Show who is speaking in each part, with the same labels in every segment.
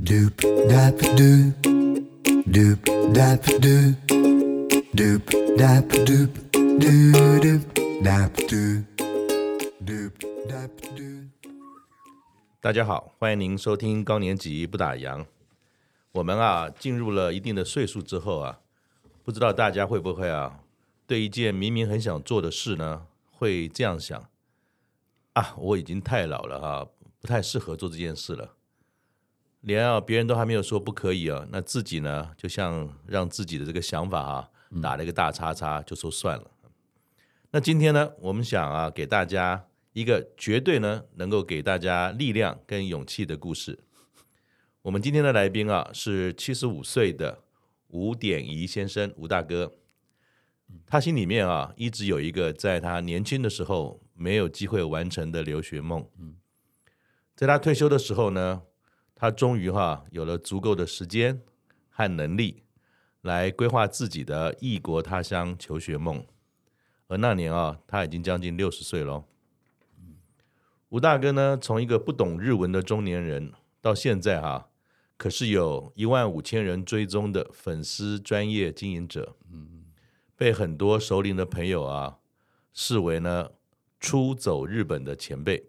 Speaker 1: Doop dap doop. Doop dap doop. Doop dap doop. Doo doop dap doop. Doop dap doop.
Speaker 2: 大家好，欢迎您收听高年级不打烊。我们啊，进入了一定的岁数之后啊，不知道大家会不会啊，对一件明明很想做的事呢，会这样想啊，我已经太老了哈、啊不太适合做这件事了。连啊，别人都还没有说不可以啊，那自己呢，就像让自己的这个想法啊，打了一个大叉叉，就说算了。那今天呢，我们想啊，给大家一个绝对呢能够给大家力量跟勇气的故事。我们今天的来宾啊是七十五岁的吴典仪先生，吴大哥。他心里面啊一直有一个在他年轻的时候没有机会完成的留学梦。在他退休的时候呢，他终于哈、有了足够的时间和能力来规划自己的异国他乡求学梦。而那年啊，他已经将近六十岁了。哦吴大哥呢，从一个不懂日文的中年人，到现在哈、可是有一万五千人追踪的粉丝专业经营者，嗯，被很多熟龄的朋友啊视为呢出走日本的前辈。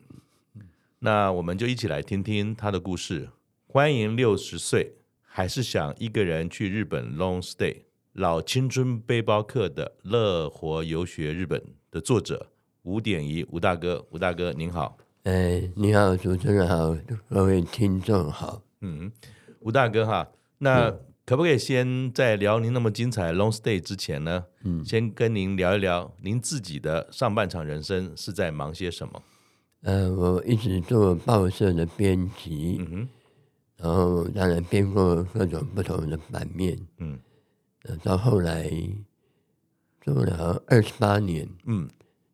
Speaker 2: 那我们就一起来听听他的故事。欢迎六十岁还是想一个人去日本 long stay 老青春背包客的乐活游学日本的作者吴典仪吴大哥吴大哥您好，
Speaker 3: 哎，你好，主持人好，各位听众好。
Speaker 2: 嗯，吴大哥哈，那可不可以先在聊您那么精彩的 long stay 之前呢，嗯，先跟您聊一聊您自己的上半场人生是在忙些什么？
Speaker 3: 呃，我一直做报社的编辑，
Speaker 2: 嗯哼，
Speaker 3: 然后当然编过各种不同的版面，
Speaker 2: 嗯
Speaker 3: 呃，到后来做了二十八年
Speaker 2: 嗯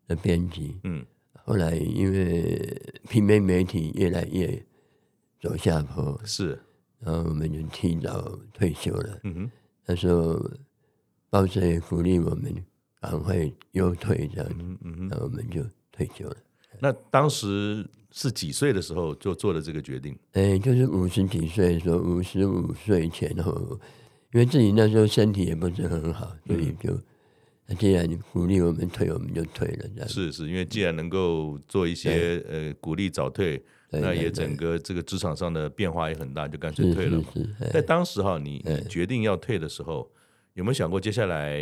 Speaker 3: 的编辑，
Speaker 2: 嗯
Speaker 3: 后来因为平面媒体越来越走下坡，
Speaker 2: 是，
Speaker 3: 然后我们就提早退休了。
Speaker 2: 嗯哼
Speaker 3: 那时候报社也鼓励我们赶快优退这样子，
Speaker 2: 嗯嗯哼。
Speaker 3: 那我们就退休了。
Speaker 2: 那当时是几岁的时候就做了这个决定？
Speaker 3: 哎，就是五十几岁的时候，五十五岁前后，因为自己那时候身体也不是很好，所以就他既然鼓励我们退，我们就退了，这样。
Speaker 2: 是是，因为既然能够做一些呃鼓励早退，
Speaker 3: 对
Speaker 2: 那
Speaker 3: 对
Speaker 2: 也
Speaker 3: 对
Speaker 2: 整个这个职场上的变化也很大，就干脆
Speaker 3: 是
Speaker 2: 退了
Speaker 3: 是。是，哎
Speaker 2: 在当时哈，你你决定要退的时候，有没有想过接下来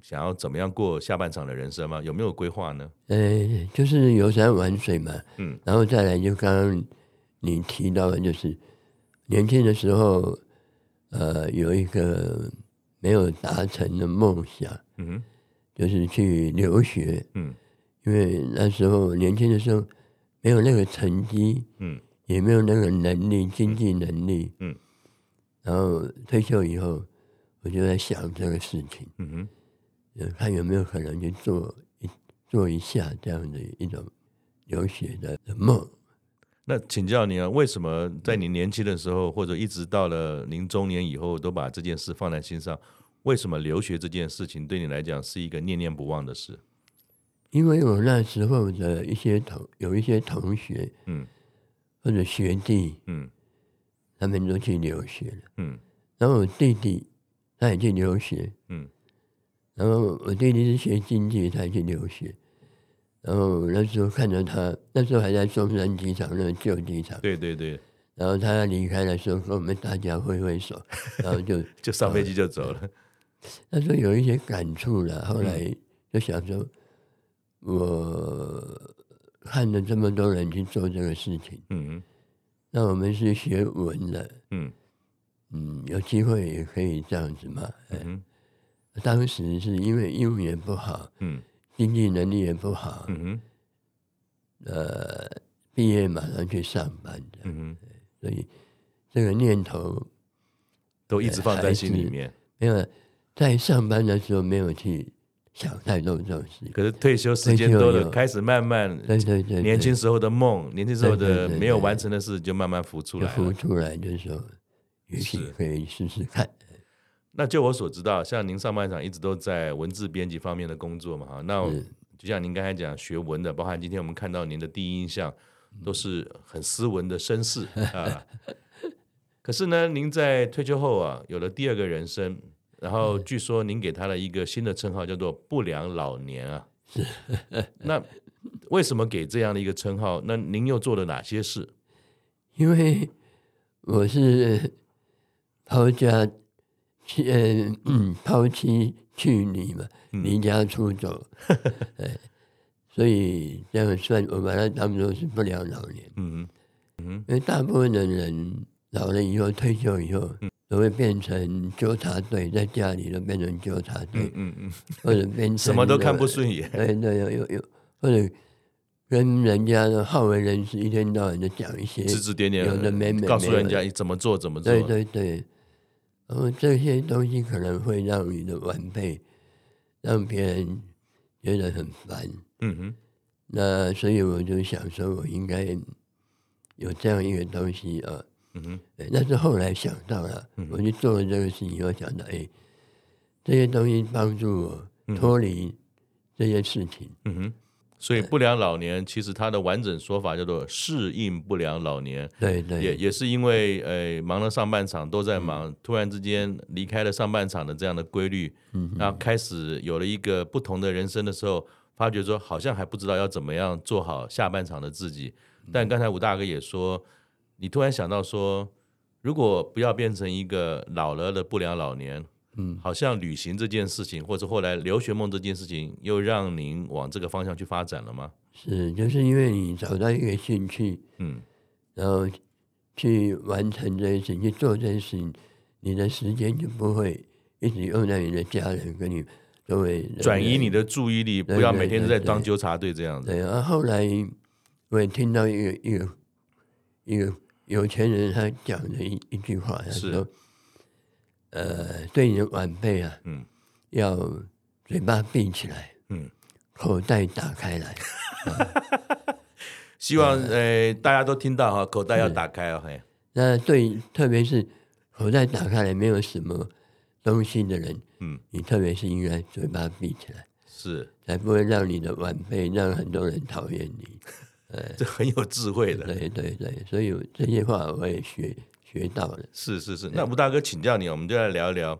Speaker 2: 想要怎么样过下半场的人生吗？有没有规划呢？
Speaker 3: 哎，就是游山玩水嘛，
Speaker 2: 嗯，
Speaker 3: 然后再来就刚刚你提到的，就是年轻的时候，呃，有一个没有达成的梦想，
Speaker 2: 嗯哼
Speaker 3: 就是去留学，
Speaker 2: 嗯
Speaker 3: 因为那时候年轻的时候没有那个成绩，
Speaker 2: 嗯
Speaker 3: 也没有那个能力，经济能力。
Speaker 2: 嗯嗯
Speaker 3: 然后退休以后，我就在想这个事情，
Speaker 2: 嗯哼
Speaker 3: 就呃看有没有可能去做一做一下这样的一种留学的梦。
Speaker 2: 那请教您啊，为什么在您年轻的时候，或者一直到了您中年以后，都把这件事放在心上？为什么留学这件事情对你来讲是一个念念不忘的事？
Speaker 3: 因为我那时候的一些同有一些同学
Speaker 2: 嗯
Speaker 3: 或者学弟，
Speaker 2: 嗯
Speaker 3: 他们都去留学了。
Speaker 2: 嗯
Speaker 3: 然后我弟弟他也去留学，
Speaker 2: 嗯
Speaker 3: 然后我弟弟是学经济，他也去留学。然后我那时候看着他，那时候还在中山机场那个旧机场，
Speaker 2: 对对对，
Speaker 3: 然后他离开的时候跟我们大家挥挥手，然后就
Speaker 2: 就上飞机就走了。
Speaker 3: 那时候有一些感触了。
Speaker 2: 嗯
Speaker 3: 后来就想说，我看着这么多人去做这个事情，
Speaker 2: 嗯
Speaker 3: 那我们是学文的，
Speaker 2: 嗯
Speaker 3: 嗯，有机会也可以这样子嘛。哎
Speaker 2: 嗯
Speaker 3: 当时是因为英文也不好，
Speaker 2: 嗯
Speaker 3: 经济能力也不好，
Speaker 2: 嗯
Speaker 3: 呃，毕业马上去上班的，
Speaker 2: 嗯，
Speaker 3: 所以这个念头
Speaker 2: 都一直放在心里面。
Speaker 3: 没有在上班的时候没有去想太多这种事。
Speaker 2: 可是退休时间多了，开始慢慢
Speaker 3: 对对对，对
Speaker 2: 年轻时候的梦，年轻时候的没有完成的事，就慢慢浮出
Speaker 3: 就
Speaker 2: 来
Speaker 3: 浮
Speaker 2: 了。
Speaker 3: 出来，就是说，也许
Speaker 2: 是
Speaker 3: 可以试试看。
Speaker 2: 那就我所知道，像您上半场一直都在文字编辑方面的工作嘛，哈，那就像您刚才讲学文的，包含今天我们看到您的第一印象，都是很斯文的绅士啊。可是呢，您在退休后啊，有了第二个人生，然后据说您给他了一个新的称号，叫做“不良老年”啊。 那为什么给这样的一个称号？那您又做了哪些事？
Speaker 3: 因为我是抛家弃，呃，嗯，抛妻弃女嘛，
Speaker 2: 嗯
Speaker 3: 离家出 走，哎，所以这样算，我把它当做是不良老年。
Speaker 2: 嗯
Speaker 3: 因为大部分的人老了以后退休以后，
Speaker 2: 嗯
Speaker 3: 都会变成纠察队，在家里都变成纠察队，
Speaker 2: 嗯嗯，
Speaker 3: 或者变成
Speaker 2: 什么都看不
Speaker 3: 那个
Speaker 2: 顺眼。
Speaker 3: 对对，有有有，或者跟人家的好为人师，一天到晚的讲一些，
Speaker 2: 指指点点，
Speaker 3: 有的没没
Speaker 2: 告诉
Speaker 3: 没
Speaker 2: 人
Speaker 3: 有
Speaker 2: 家怎么做怎么做。
Speaker 3: 对对对，然后这些东西可能会让你的晚辈，让别人觉得很烦。
Speaker 2: 嗯哼，
Speaker 3: 那所以我就想说，我应该有这样一个东西啊。
Speaker 2: 嗯哼，
Speaker 3: 哎那是后来想到了，我就做了这个事情以后想到，哎，这些东西帮助我脱离这些事情。
Speaker 2: 嗯哼。所以不良老年其实它的完整说法叫做适应不良老年，
Speaker 3: 对
Speaker 2: 也
Speaker 3: 对
Speaker 2: 也是因为呃忙了上半场都在忙，突然之间离开了上半场的这样的规律，
Speaker 3: 嗯
Speaker 2: 然后开始有了一个不同的人生的时候，发觉说好像还不知道要怎么样做好下半场的自己。
Speaker 3: 嗯
Speaker 2: 但刚才吴大哥也说，你突然想到说，如果不要变成一个老了的不良老年，嗯，好像旅行这件事情，或者后来留学梦这件事情，又让您往这个方向去发展了吗？
Speaker 3: 是，就是因为你找到一个兴趣，
Speaker 2: 嗯
Speaker 3: 然后去完成这些事情，去做这些事情，你的时间就不会一直用在你的家人跟你周围的人
Speaker 2: 转移你的注意力，
Speaker 3: 对
Speaker 2: 不要
Speaker 3: 对
Speaker 2: 每天都
Speaker 3: 对
Speaker 2: 在当
Speaker 3: 对
Speaker 2: 纠察队这样子。
Speaker 3: 对，然后后来我也听到一个一个一个有钱人他讲的一一句话，他
Speaker 2: 是
Speaker 3: 说：“呃，对你的晚辈啊，
Speaker 2: 嗯，
Speaker 3: 要嘴巴闭起来，
Speaker 2: 嗯，
Speaker 3: 口袋打开来。
Speaker 2: 希望呃大家都听到哈，口袋要打开哦，嘿，
Speaker 3: 那对，特别是口袋打开来没有什么东西的人，
Speaker 2: 嗯，
Speaker 3: 你特别是应该嘴巴闭起来，
Speaker 2: 是，
Speaker 3: 才不会让你的晚辈让很多人讨厌你。
Speaker 2: 这很有智慧的，
Speaker 3: 对对对，所以我这些话我也学学到了。”
Speaker 2: 是是是。那吴大哥请教你，我们就来聊一聊，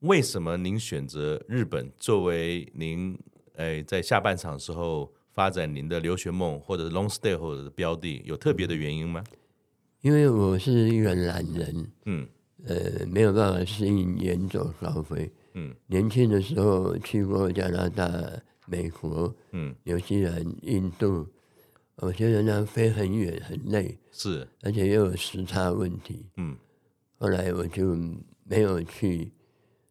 Speaker 2: 为什么您选择日本作为您哎在下半场时候发展您的留学梦或者是 long stay 或者是标的，有特别的原因吗？
Speaker 3: 因为我是一个懒人，
Speaker 2: 嗯
Speaker 3: 呃，没有办法适应远走高飞。
Speaker 2: 嗯
Speaker 3: 年轻的时候去过加拿大、美国、
Speaker 2: 嗯，
Speaker 3: 纽西兰、印度，我觉得那飞很远很累，
Speaker 2: 是，
Speaker 3: 而且又有时差问题。
Speaker 2: 嗯，
Speaker 3: 后来我就没有去，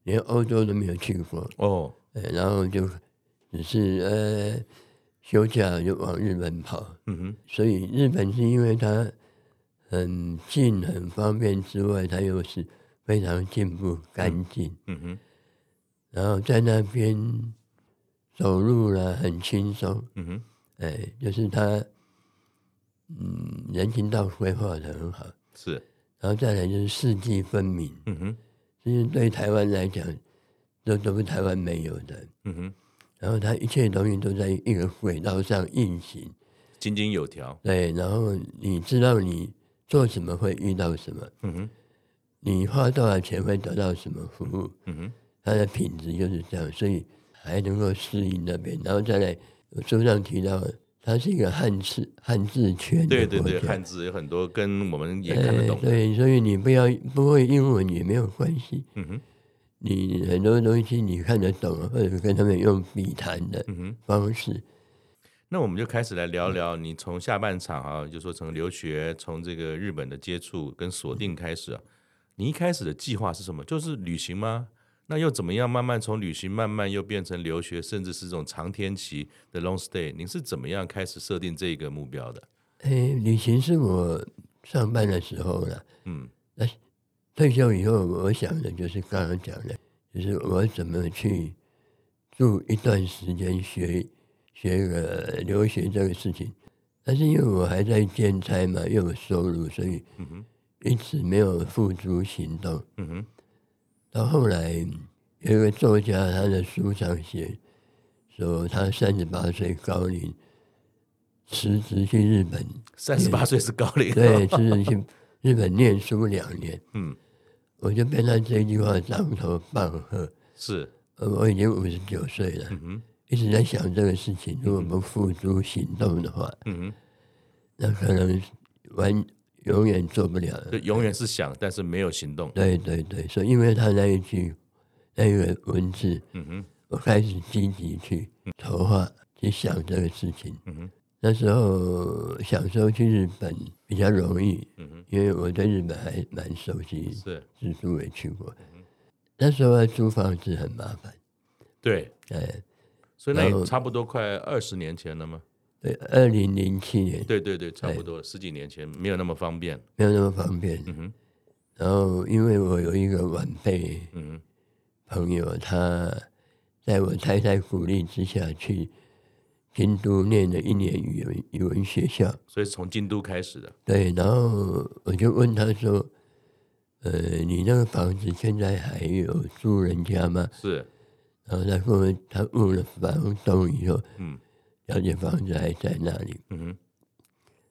Speaker 3: 连欧洲都没有去过，
Speaker 2: 哦，
Speaker 3: 呃、然后就只是呃休假就往日本跑。
Speaker 2: 嗯哼，
Speaker 3: 所以日本是因为它很近、很方便之外，它又是非常进步、干净，
Speaker 2: 嗯哼，
Speaker 3: 然后在那边走路啦很轻松，
Speaker 2: 嗯哼，
Speaker 3: 哎，就是它嗯人行道规划的很好，
Speaker 2: 是，
Speaker 3: 然后再来就是四季分明，
Speaker 2: 嗯哼，
Speaker 3: 这是对台湾来讲都都是台湾没有的。
Speaker 2: 嗯哼，
Speaker 3: 然后它一切东西都在一个轨道上运行，
Speaker 2: 井井有条，
Speaker 3: 对，然后你知道你做什么会遇到什么，
Speaker 2: 嗯哼，
Speaker 3: 你花多少钱会得到什么服务，
Speaker 2: 嗯哼，
Speaker 3: 它的品质就是这样，所以还能够适应那边，然后再来我书上提到，它是一个汉字汉字圈的
Speaker 2: 对对对，
Speaker 3: 国家
Speaker 2: 汉字有很多跟我们也看得懂
Speaker 3: 哎
Speaker 2: 的，
Speaker 3: 对，所以你不要不会英文也没有关系，
Speaker 2: 嗯哼。
Speaker 3: 你很多东西你看得懂，或者跟他们用笔谈的
Speaker 2: 嗯哼
Speaker 3: 方式，
Speaker 2: 那我们就开始来
Speaker 3: 嗯
Speaker 2: 聊聊你从下半场啊，就说从留学、从这个日本的接触跟锁定
Speaker 3: 嗯
Speaker 2: 开始啊，你一开始的计划是什么？就是旅行吗？那又怎么样？慢慢从旅行慢慢又变成留学，甚至是这种长天期的 long stay，您是怎么样开始设定这个目标的？
Speaker 3: 哎，旅行是我上班的时候了。
Speaker 2: 嗯
Speaker 3: 退休以后，我想的就是刚刚讲的，就是我怎么去住一段时间学学个留学这个事情。但是因为我还在兼差嘛，又有收入，所以
Speaker 2: 嗯哼
Speaker 3: 一直没有付诸行动。
Speaker 2: 嗯哼
Speaker 3: 到后来，有一个作家，他的书上写说，他三十八岁高龄辞职去日本，
Speaker 2: 三十八岁是高龄，
Speaker 3: 对，辞职去日本念书两年，
Speaker 2: 嗯，
Speaker 3: 我就被他这句话当头棒喝。
Speaker 2: 是，
Speaker 3: 呃我已经五十九岁了，
Speaker 2: 嗯哼
Speaker 3: 一直在想这个事情，如果不付诸行动的话，
Speaker 2: 嗯
Speaker 3: 那可能完永远做不了了
Speaker 2: 哼，就。永远是想，但是没有行动。
Speaker 3: 对对对，所以因为他那一句那一个文字，
Speaker 2: 嗯哼，
Speaker 3: 我开始积极去筹划去想这个事情。
Speaker 2: 嗯哼，
Speaker 3: 那时候小时候去日本比较容易，
Speaker 2: 嗯哼，
Speaker 3: 因为我对日本还蛮熟悉，
Speaker 2: 是嗯
Speaker 3: 自助也去过。那时候要租房子很麻烦，
Speaker 2: 对，
Speaker 3: 哎，
Speaker 2: 所以那
Speaker 3: 然后
Speaker 2: 也差不多快二十年前了吗？
Speaker 3: 对，二零零七年
Speaker 2: 对对对，差不多十几年前，没有那么方便。
Speaker 3: 没有那么方便。
Speaker 2: 嗯哼，
Speaker 3: 然后因为我有一个晚辈
Speaker 2: 嗯
Speaker 3: 朋友，啊他在我太太鼓励之下去京都念了一年语文语文学校，
Speaker 2: 哼，所以是从京都开始的。
Speaker 3: 对，然后我就问他说：“呃，你那个房子现在还有住人家吗
Speaker 2: 是，？”
Speaker 3: 然后他跟我，他问了房东以后，
Speaker 2: 嗯
Speaker 3: 了解房子还在那里，
Speaker 2: 嗯哼，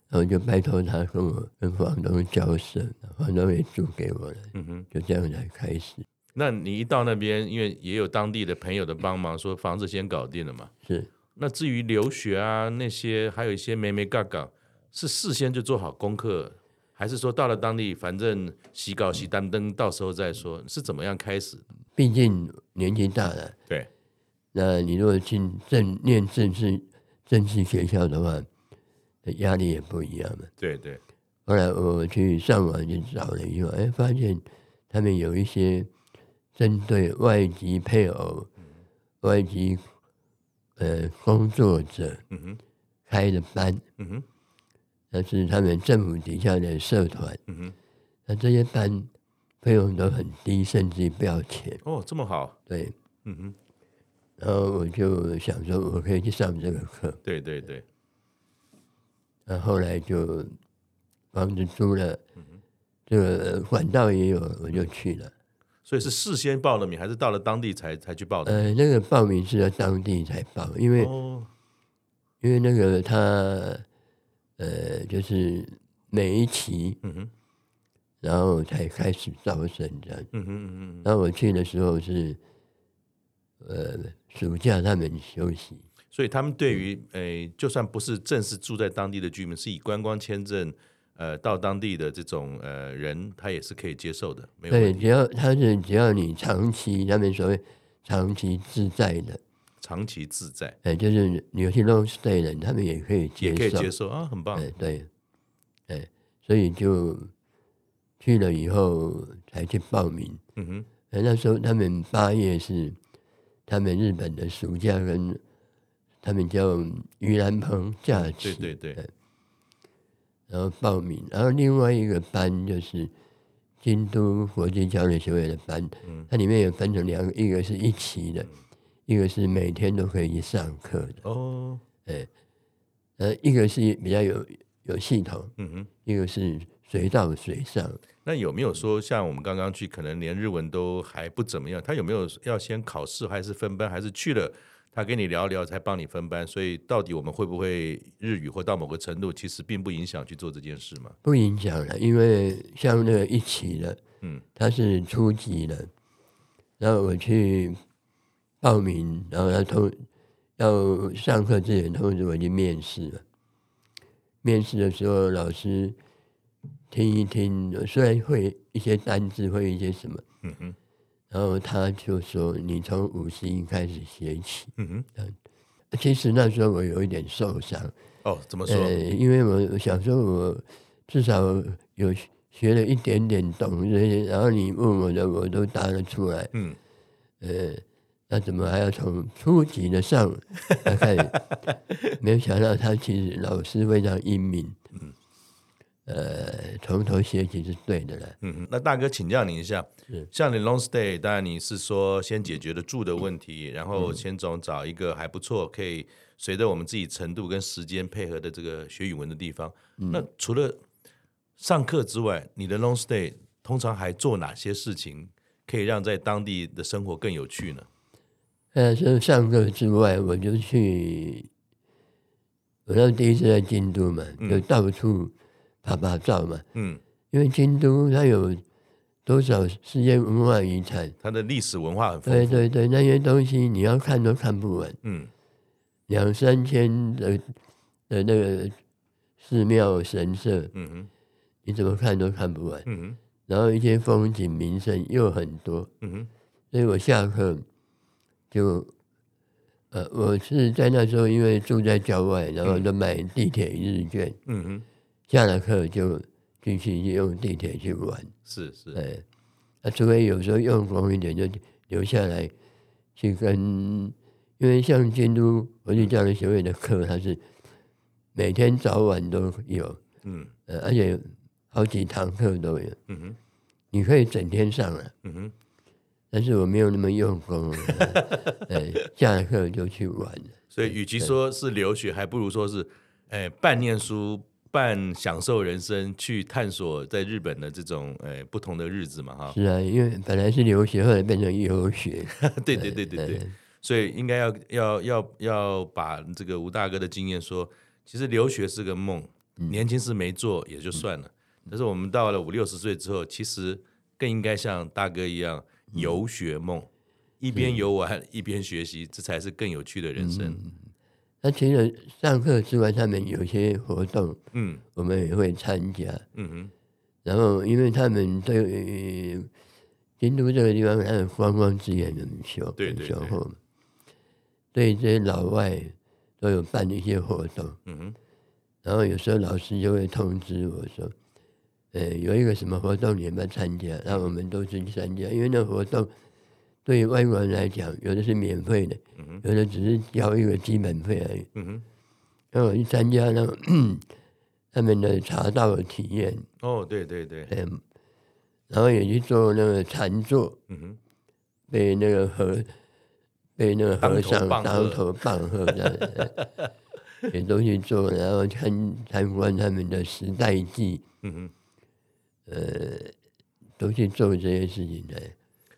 Speaker 3: 然后就拜托他跟我跟房东交涉，房东也租给我了，
Speaker 2: 嗯哼。
Speaker 3: 就这样才开始。
Speaker 2: 那你一到那边，因为也有当地的朋友的帮忙，说房子先搞定了嘛。
Speaker 3: 是，
Speaker 2: 那至于留学啊那些，还有一些没没嘎嘎，是事先就做好功课，还是说到了当地，反正洗稿洗单灯，到时候再说，是怎么样开始的？
Speaker 3: 毕竟年纪大了，
Speaker 2: 对，
Speaker 3: 那你如果进正念正式正式学校的话，压力也不一样嘛。
Speaker 2: 对对，
Speaker 3: 后来我去上网去找了以后，哎，发现他们有一些针对外籍配偶、外籍呃工作者
Speaker 2: 嗯哼，
Speaker 3: 开的班，
Speaker 2: 嗯哼，
Speaker 3: 那是他们政府底下的社团。
Speaker 2: 嗯哼，
Speaker 3: 那这些班费用都很低，甚至不要钱。
Speaker 2: 哦，这么好，
Speaker 3: 对，
Speaker 2: 嗯哼，
Speaker 3: 然后我就想说，我可以去上这个课。
Speaker 2: 对对对，
Speaker 3: 那后来就房子租了，
Speaker 2: 嗯
Speaker 3: 这个管道也有，我就去了。
Speaker 2: 所以是事先报的名，还是到了当地才才去报的？
Speaker 3: 呃，那个报名是在当地才报，因为、
Speaker 2: 哦，
Speaker 3: 因为那个他呃，就是每一期，
Speaker 2: 嗯哼，
Speaker 3: 然后才开始招生这样。
Speaker 2: 嗯哼，嗯哼，
Speaker 3: 然后我去的时候是呃暑假他们休息，
Speaker 2: 所以他们对于诶、就算不是正式住在当地的居民，是以观光签证。呃，到当地的这种呃人，他也是可以接受的，没有问
Speaker 3: 对，
Speaker 2: 题。
Speaker 3: 只要他是只要你长期他们所谓长期自在的，
Speaker 2: 长期自在，
Speaker 3: 呃，就是你有些 long stay 的，他们也可以接
Speaker 2: 也
Speaker 3: 受，
Speaker 2: 可以接受啊，很棒。
Speaker 3: 哎，对，哎，所以就去了以后才去报名。
Speaker 2: 嗯哼，
Speaker 3: 哎那时候他们八月是他们日本的暑假跟他们叫盂兰盆假期，
Speaker 2: 对对对，
Speaker 3: 然后报名，然后另外一个班就是京都国际交流协会的班，
Speaker 2: 嗯
Speaker 3: 它里面也分成两个，一个是一期的，一个是每天都可以去上课的，
Speaker 2: 哦，
Speaker 3: 呃，一个是比较有有系统，
Speaker 2: 嗯哼。
Speaker 3: 一个是随到随上。
Speaker 2: 那有没有说像我们刚刚去，可能连日文都还不怎么样？他有没有要先考试，还是分班，还是去了他跟你聊聊才帮你分班？所以到底我们会不会日语或到某个程度，其实并不影响去做这件事嘛？
Speaker 3: 不影响了，因为像那个一起的，
Speaker 2: 嗯，
Speaker 3: 他是初级的，然后我去报名，然后他通要上课之前通知我去面试了。面试的时候，老师听一听，虽然会一些单字，会一些什么，
Speaker 2: 嗯哼，
Speaker 3: 然后他就说：“你从五十音开始学起。
Speaker 2: 嗯哼，”
Speaker 3: 其实那时候我有一点受伤，
Speaker 2: 哦，怎么说？
Speaker 3: 呃，因为我我想说，我至少有学了一点点懂这些，然后你问我的，我都答得出来。
Speaker 2: 嗯，
Speaker 3: 呃，那怎么还要从初级的上来看？ 没想到他其实老师非常英明，
Speaker 2: 嗯
Speaker 3: 呃，从头学起是对的了。
Speaker 2: 嗯哼，那大哥请教你一下，像你 long stay，当然你是说先解决了住的问题，然后先总找一个还不错，可以随着我们自己程度跟时间配合的这个学语文的地方。那除了上课之外，你的 long stay 通常还做哪些事情，可以让在当地的生活更有趣呢？
Speaker 3: 呃，除了上课之外，我就去，我那第一次在京都嘛，就到处拍拍照嘛。
Speaker 2: 嗯
Speaker 3: 因为京都它有多少世界文化遗产，
Speaker 2: 它的历史文化很丰
Speaker 3: 对
Speaker 2: 富，
Speaker 3: 对对，那些东西你要看都看不完，
Speaker 2: 嗯
Speaker 3: 两三千的的那个寺庙神社，
Speaker 2: 嗯哼
Speaker 3: 你怎么看都看不完。
Speaker 2: 嗯哼
Speaker 3: 然后一些风景名胜又很多，
Speaker 2: 嗯哼
Speaker 3: 所以我下课就，呃，我是在那时候因为住在郊外，然后就买地铁一日券，
Speaker 2: 嗯哼，
Speaker 3: 下了课就继续用地铁去玩，
Speaker 2: 是是，
Speaker 3: 哎，那、除非有时候用功一点，就留下来去跟，因为像监督国际教育学会的课，它是每天早晚都有，
Speaker 2: 嗯
Speaker 3: 呃，而且好几堂课都有，
Speaker 2: 嗯哼
Speaker 3: 你可以整天上啊。
Speaker 2: 嗯哼，
Speaker 3: 但是我没有那么用功， 呃，下了课就去玩了。
Speaker 2: 所以与其说是留学，还不如说是，哎，半念书半享受人生，去探索在日本的这种哎不同的日子嘛哈。
Speaker 3: 是啊，因为本来是留学，后来变成游学。
Speaker 2: 对对对对对，所以应该要要要要把这个吴大哥的经验说，其实留学是个梦，年轻时没做也就算了，但是我们到了五六十岁之后，其实更应该像大哥一样游学梦，一边游玩一边学习，这才是更有趣的人生。
Speaker 3: 那除了上课之外，他们有些活动
Speaker 2: 嗯
Speaker 3: 我们也会参加。
Speaker 2: 嗯哼
Speaker 3: 然后，因为他们对京都这个地方，它的观光资源很雄
Speaker 2: 对
Speaker 3: 很
Speaker 2: 对
Speaker 3: 雄
Speaker 2: 对
Speaker 3: 厚，对这些老外都有办一些活动。
Speaker 2: 嗯哼
Speaker 3: 然后有时候老师就会通知我说，呃，有一个什么活动你要不要参加？那我们都是去参加，因为那活动对于外国人来讲，有的是免费的，有的只是交一个基本费而已。
Speaker 2: 嗯哼，
Speaker 3: 那我去参加那个 他们的茶道的体验，
Speaker 2: 哦对对对，
Speaker 3: 嗯，然后也去做那个禅坐，
Speaker 2: 嗯哼
Speaker 3: 被那个和被那个和尚
Speaker 2: 当头棒
Speaker 3: 当头棒喝
Speaker 2: 喝
Speaker 3: 的，呃 也都去做，然后参参观他们的时代记。
Speaker 2: 嗯哼，
Speaker 3: 都去做这些事情的，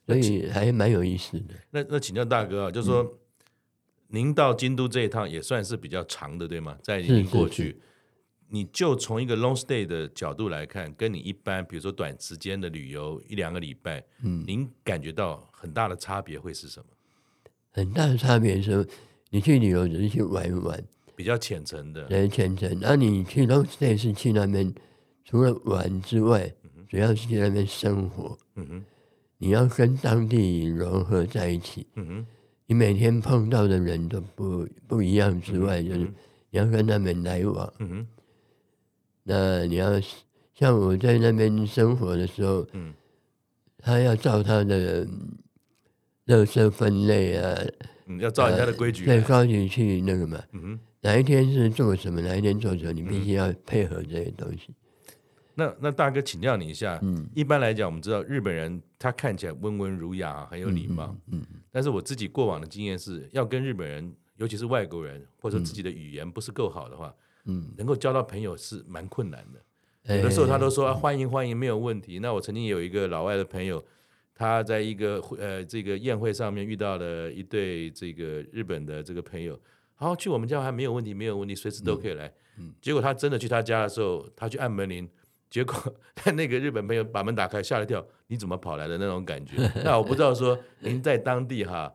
Speaker 3: 所以还蛮有意思的。
Speaker 2: 那那请教大哥啊，就说。
Speaker 3: 嗯
Speaker 2: 您到京都这一趟也算是比较长的，对吗？在
Speaker 3: 是
Speaker 2: 您
Speaker 3: 是
Speaker 2: 过
Speaker 3: 是
Speaker 2: 去，你就从一个 long stay 的角度来看，跟你一般比如说短时间的旅游一两个礼拜，嗯，您感觉到很大的差别会是什么？
Speaker 3: 很大的差别是，你去旅游只是去玩一玩，
Speaker 2: 比较浅层的，
Speaker 3: 来全程；那你去 long stay 是去那边，除了玩之外，主要是去那边生活。
Speaker 2: 嗯哼，
Speaker 3: 你要跟当地融合在一起，
Speaker 2: 嗯哼，
Speaker 3: 你每天碰到的人都不不一样之外，就是你要跟他们来往。
Speaker 2: 嗯哼，
Speaker 3: 那你要像我在那边生活的时候，
Speaker 2: 嗯
Speaker 3: 他要照他的嗯垃圾分类啊，
Speaker 2: 嗯，要照人家
Speaker 3: 呃
Speaker 2: 的规矩来，
Speaker 3: 最高级去那个嘛，
Speaker 2: 嗯哼。
Speaker 3: 哪一天是做什么，哪一天做什么，你必须要配合这些东西。
Speaker 2: 那那大哥，请教你一下，一般来讲，我们知道日本人他看起来温文儒雅、很有礼貌，但是我自己过往的经验是，要跟日本人，尤其是外国人，或者说自己的语言不是够好的话，嗯，能够交到朋友是蛮困难的。有的时候
Speaker 3: 哎
Speaker 2: 他都说、啊、欢迎欢迎没有问题。那我曾经有一个老外的朋友，他在一个会呃这个宴会上面遇到了一对这个日本的这个朋友，好去我们家还没有问题没有问题，随时都可以来。结果他真的去他家的时候，他去按门铃。结果 那个日本朋友把门打开，吓了一跳，你怎么跑来的那种感觉？那我不知道说您在当地哈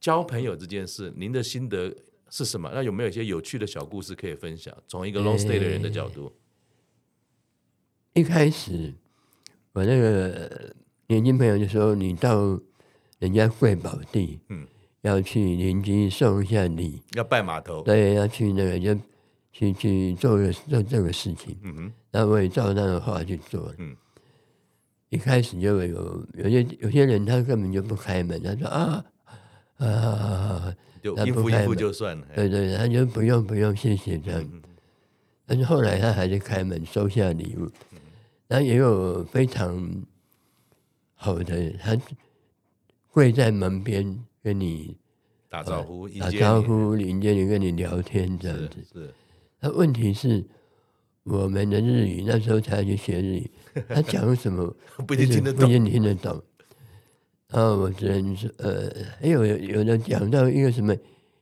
Speaker 2: 交朋友这件事，您的心得是什么？那有没有一些有趣的小故事可以分享？从一个 long stay 的人的角度，
Speaker 3: 一开始我那个年轻朋友就说，你到人家贵宝地，
Speaker 2: 嗯
Speaker 3: 要去邻居送一下礼，
Speaker 2: 要拜码头，
Speaker 3: 对，要去那个就去去做个做这个事情。
Speaker 2: 嗯哼，
Speaker 3: 那我也照那个话去做。
Speaker 2: 嗯，
Speaker 3: 一开始就有有些有些人他根本就不开门，他说啊啊，
Speaker 2: 就
Speaker 3: 那
Speaker 2: 应
Speaker 3: 不
Speaker 2: 付
Speaker 3: 开
Speaker 2: 应付
Speaker 3: 门
Speaker 2: 就算了。
Speaker 3: 对
Speaker 2: 哎
Speaker 3: 对，他就不用不用谢谢这
Speaker 2: 嗯
Speaker 3: 样。但是后来他还是开门收下礼物，
Speaker 2: 嗯
Speaker 3: 然后也有非常好的，他跪在门边跟你
Speaker 2: 打招呼，迎
Speaker 3: 打
Speaker 2: 接
Speaker 3: 招
Speaker 2: 你，
Speaker 3: 呼，迎接你跟你聊天这样
Speaker 2: 是
Speaker 3: 子。
Speaker 2: 是，
Speaker 3: 那问题是，我们的日语那时候才去学日语，他讲什么
Speaker 2: 不一定
Speaker 3: 就是
Speaker 2: 听得
Speaker 3: 不一
Speaker 2: 懂。
Speaker 3: 定听得懂。然后我只能说，呃，还有有的讲到一个什么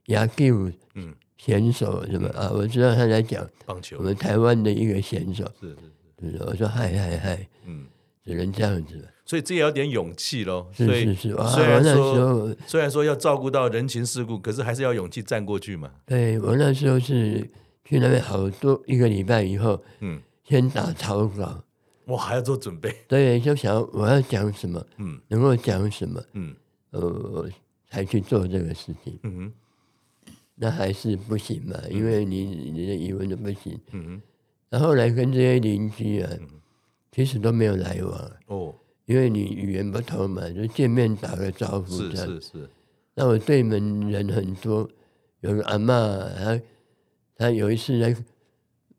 Speaker 3: 牙臼，
Speaker 2: 嗯，
Speaker 3: 选手什么啊，我知道他在讲
Speaker 2: 棒
Speaker 3: 我
Speaker 2: 球
Speaker 3: 们台湾的一个选手
Speaker 2: 是是是，
Speaker 3: 就是我说嗨嗨嗨，
Speaker 2: 嗯，
Speaker 3: 只能这样子了。
Speaker 2: 所以这也要点勇气喽。
Speaker 3: 是
Speaker 2: 所以
Speaker 3: 是是，哇，
Speaker 2: 虽
Speaker 3: 我
Speaker 2: 然
Speaker 3: 那时
Speaker 2: 说
Speaker 3: 候
Speaker 2: 虽然说要照顾到人情世故，可是还是要勇气站过去嘛。
Speaker 3: 对我那时候是去那边好多一个礼拜以后，
Speaker 2: 嗯，
Speaker 3: 先打草稿，
Speaker 2: 我还要做准备。
Speaker 3: 对，就想我要讲什么，
Speaker 2: 嗯
Speaker 3: 能够讲什么，
Speaker 2: 嗯
Speaker 3: 呃，我才去做这个事情。
Speaker 2: 嗯哼
Speaker 3: 那还是不行嘛，因为你你的语文都不行。
Speaker 2: 嗯
Speaker 3: 然后来跟这些邻居啊，其实都没有来往，
Speaker 2: 哼，哦，
Speaker 3: 因为你语言不通嘛，就见面打个招呼
Speaker 2: 是
Speaker 3: 这样。
Speaker 2: 是是，
Speaker 3: 那我对门人很多，有个阿嬷，她她有一次来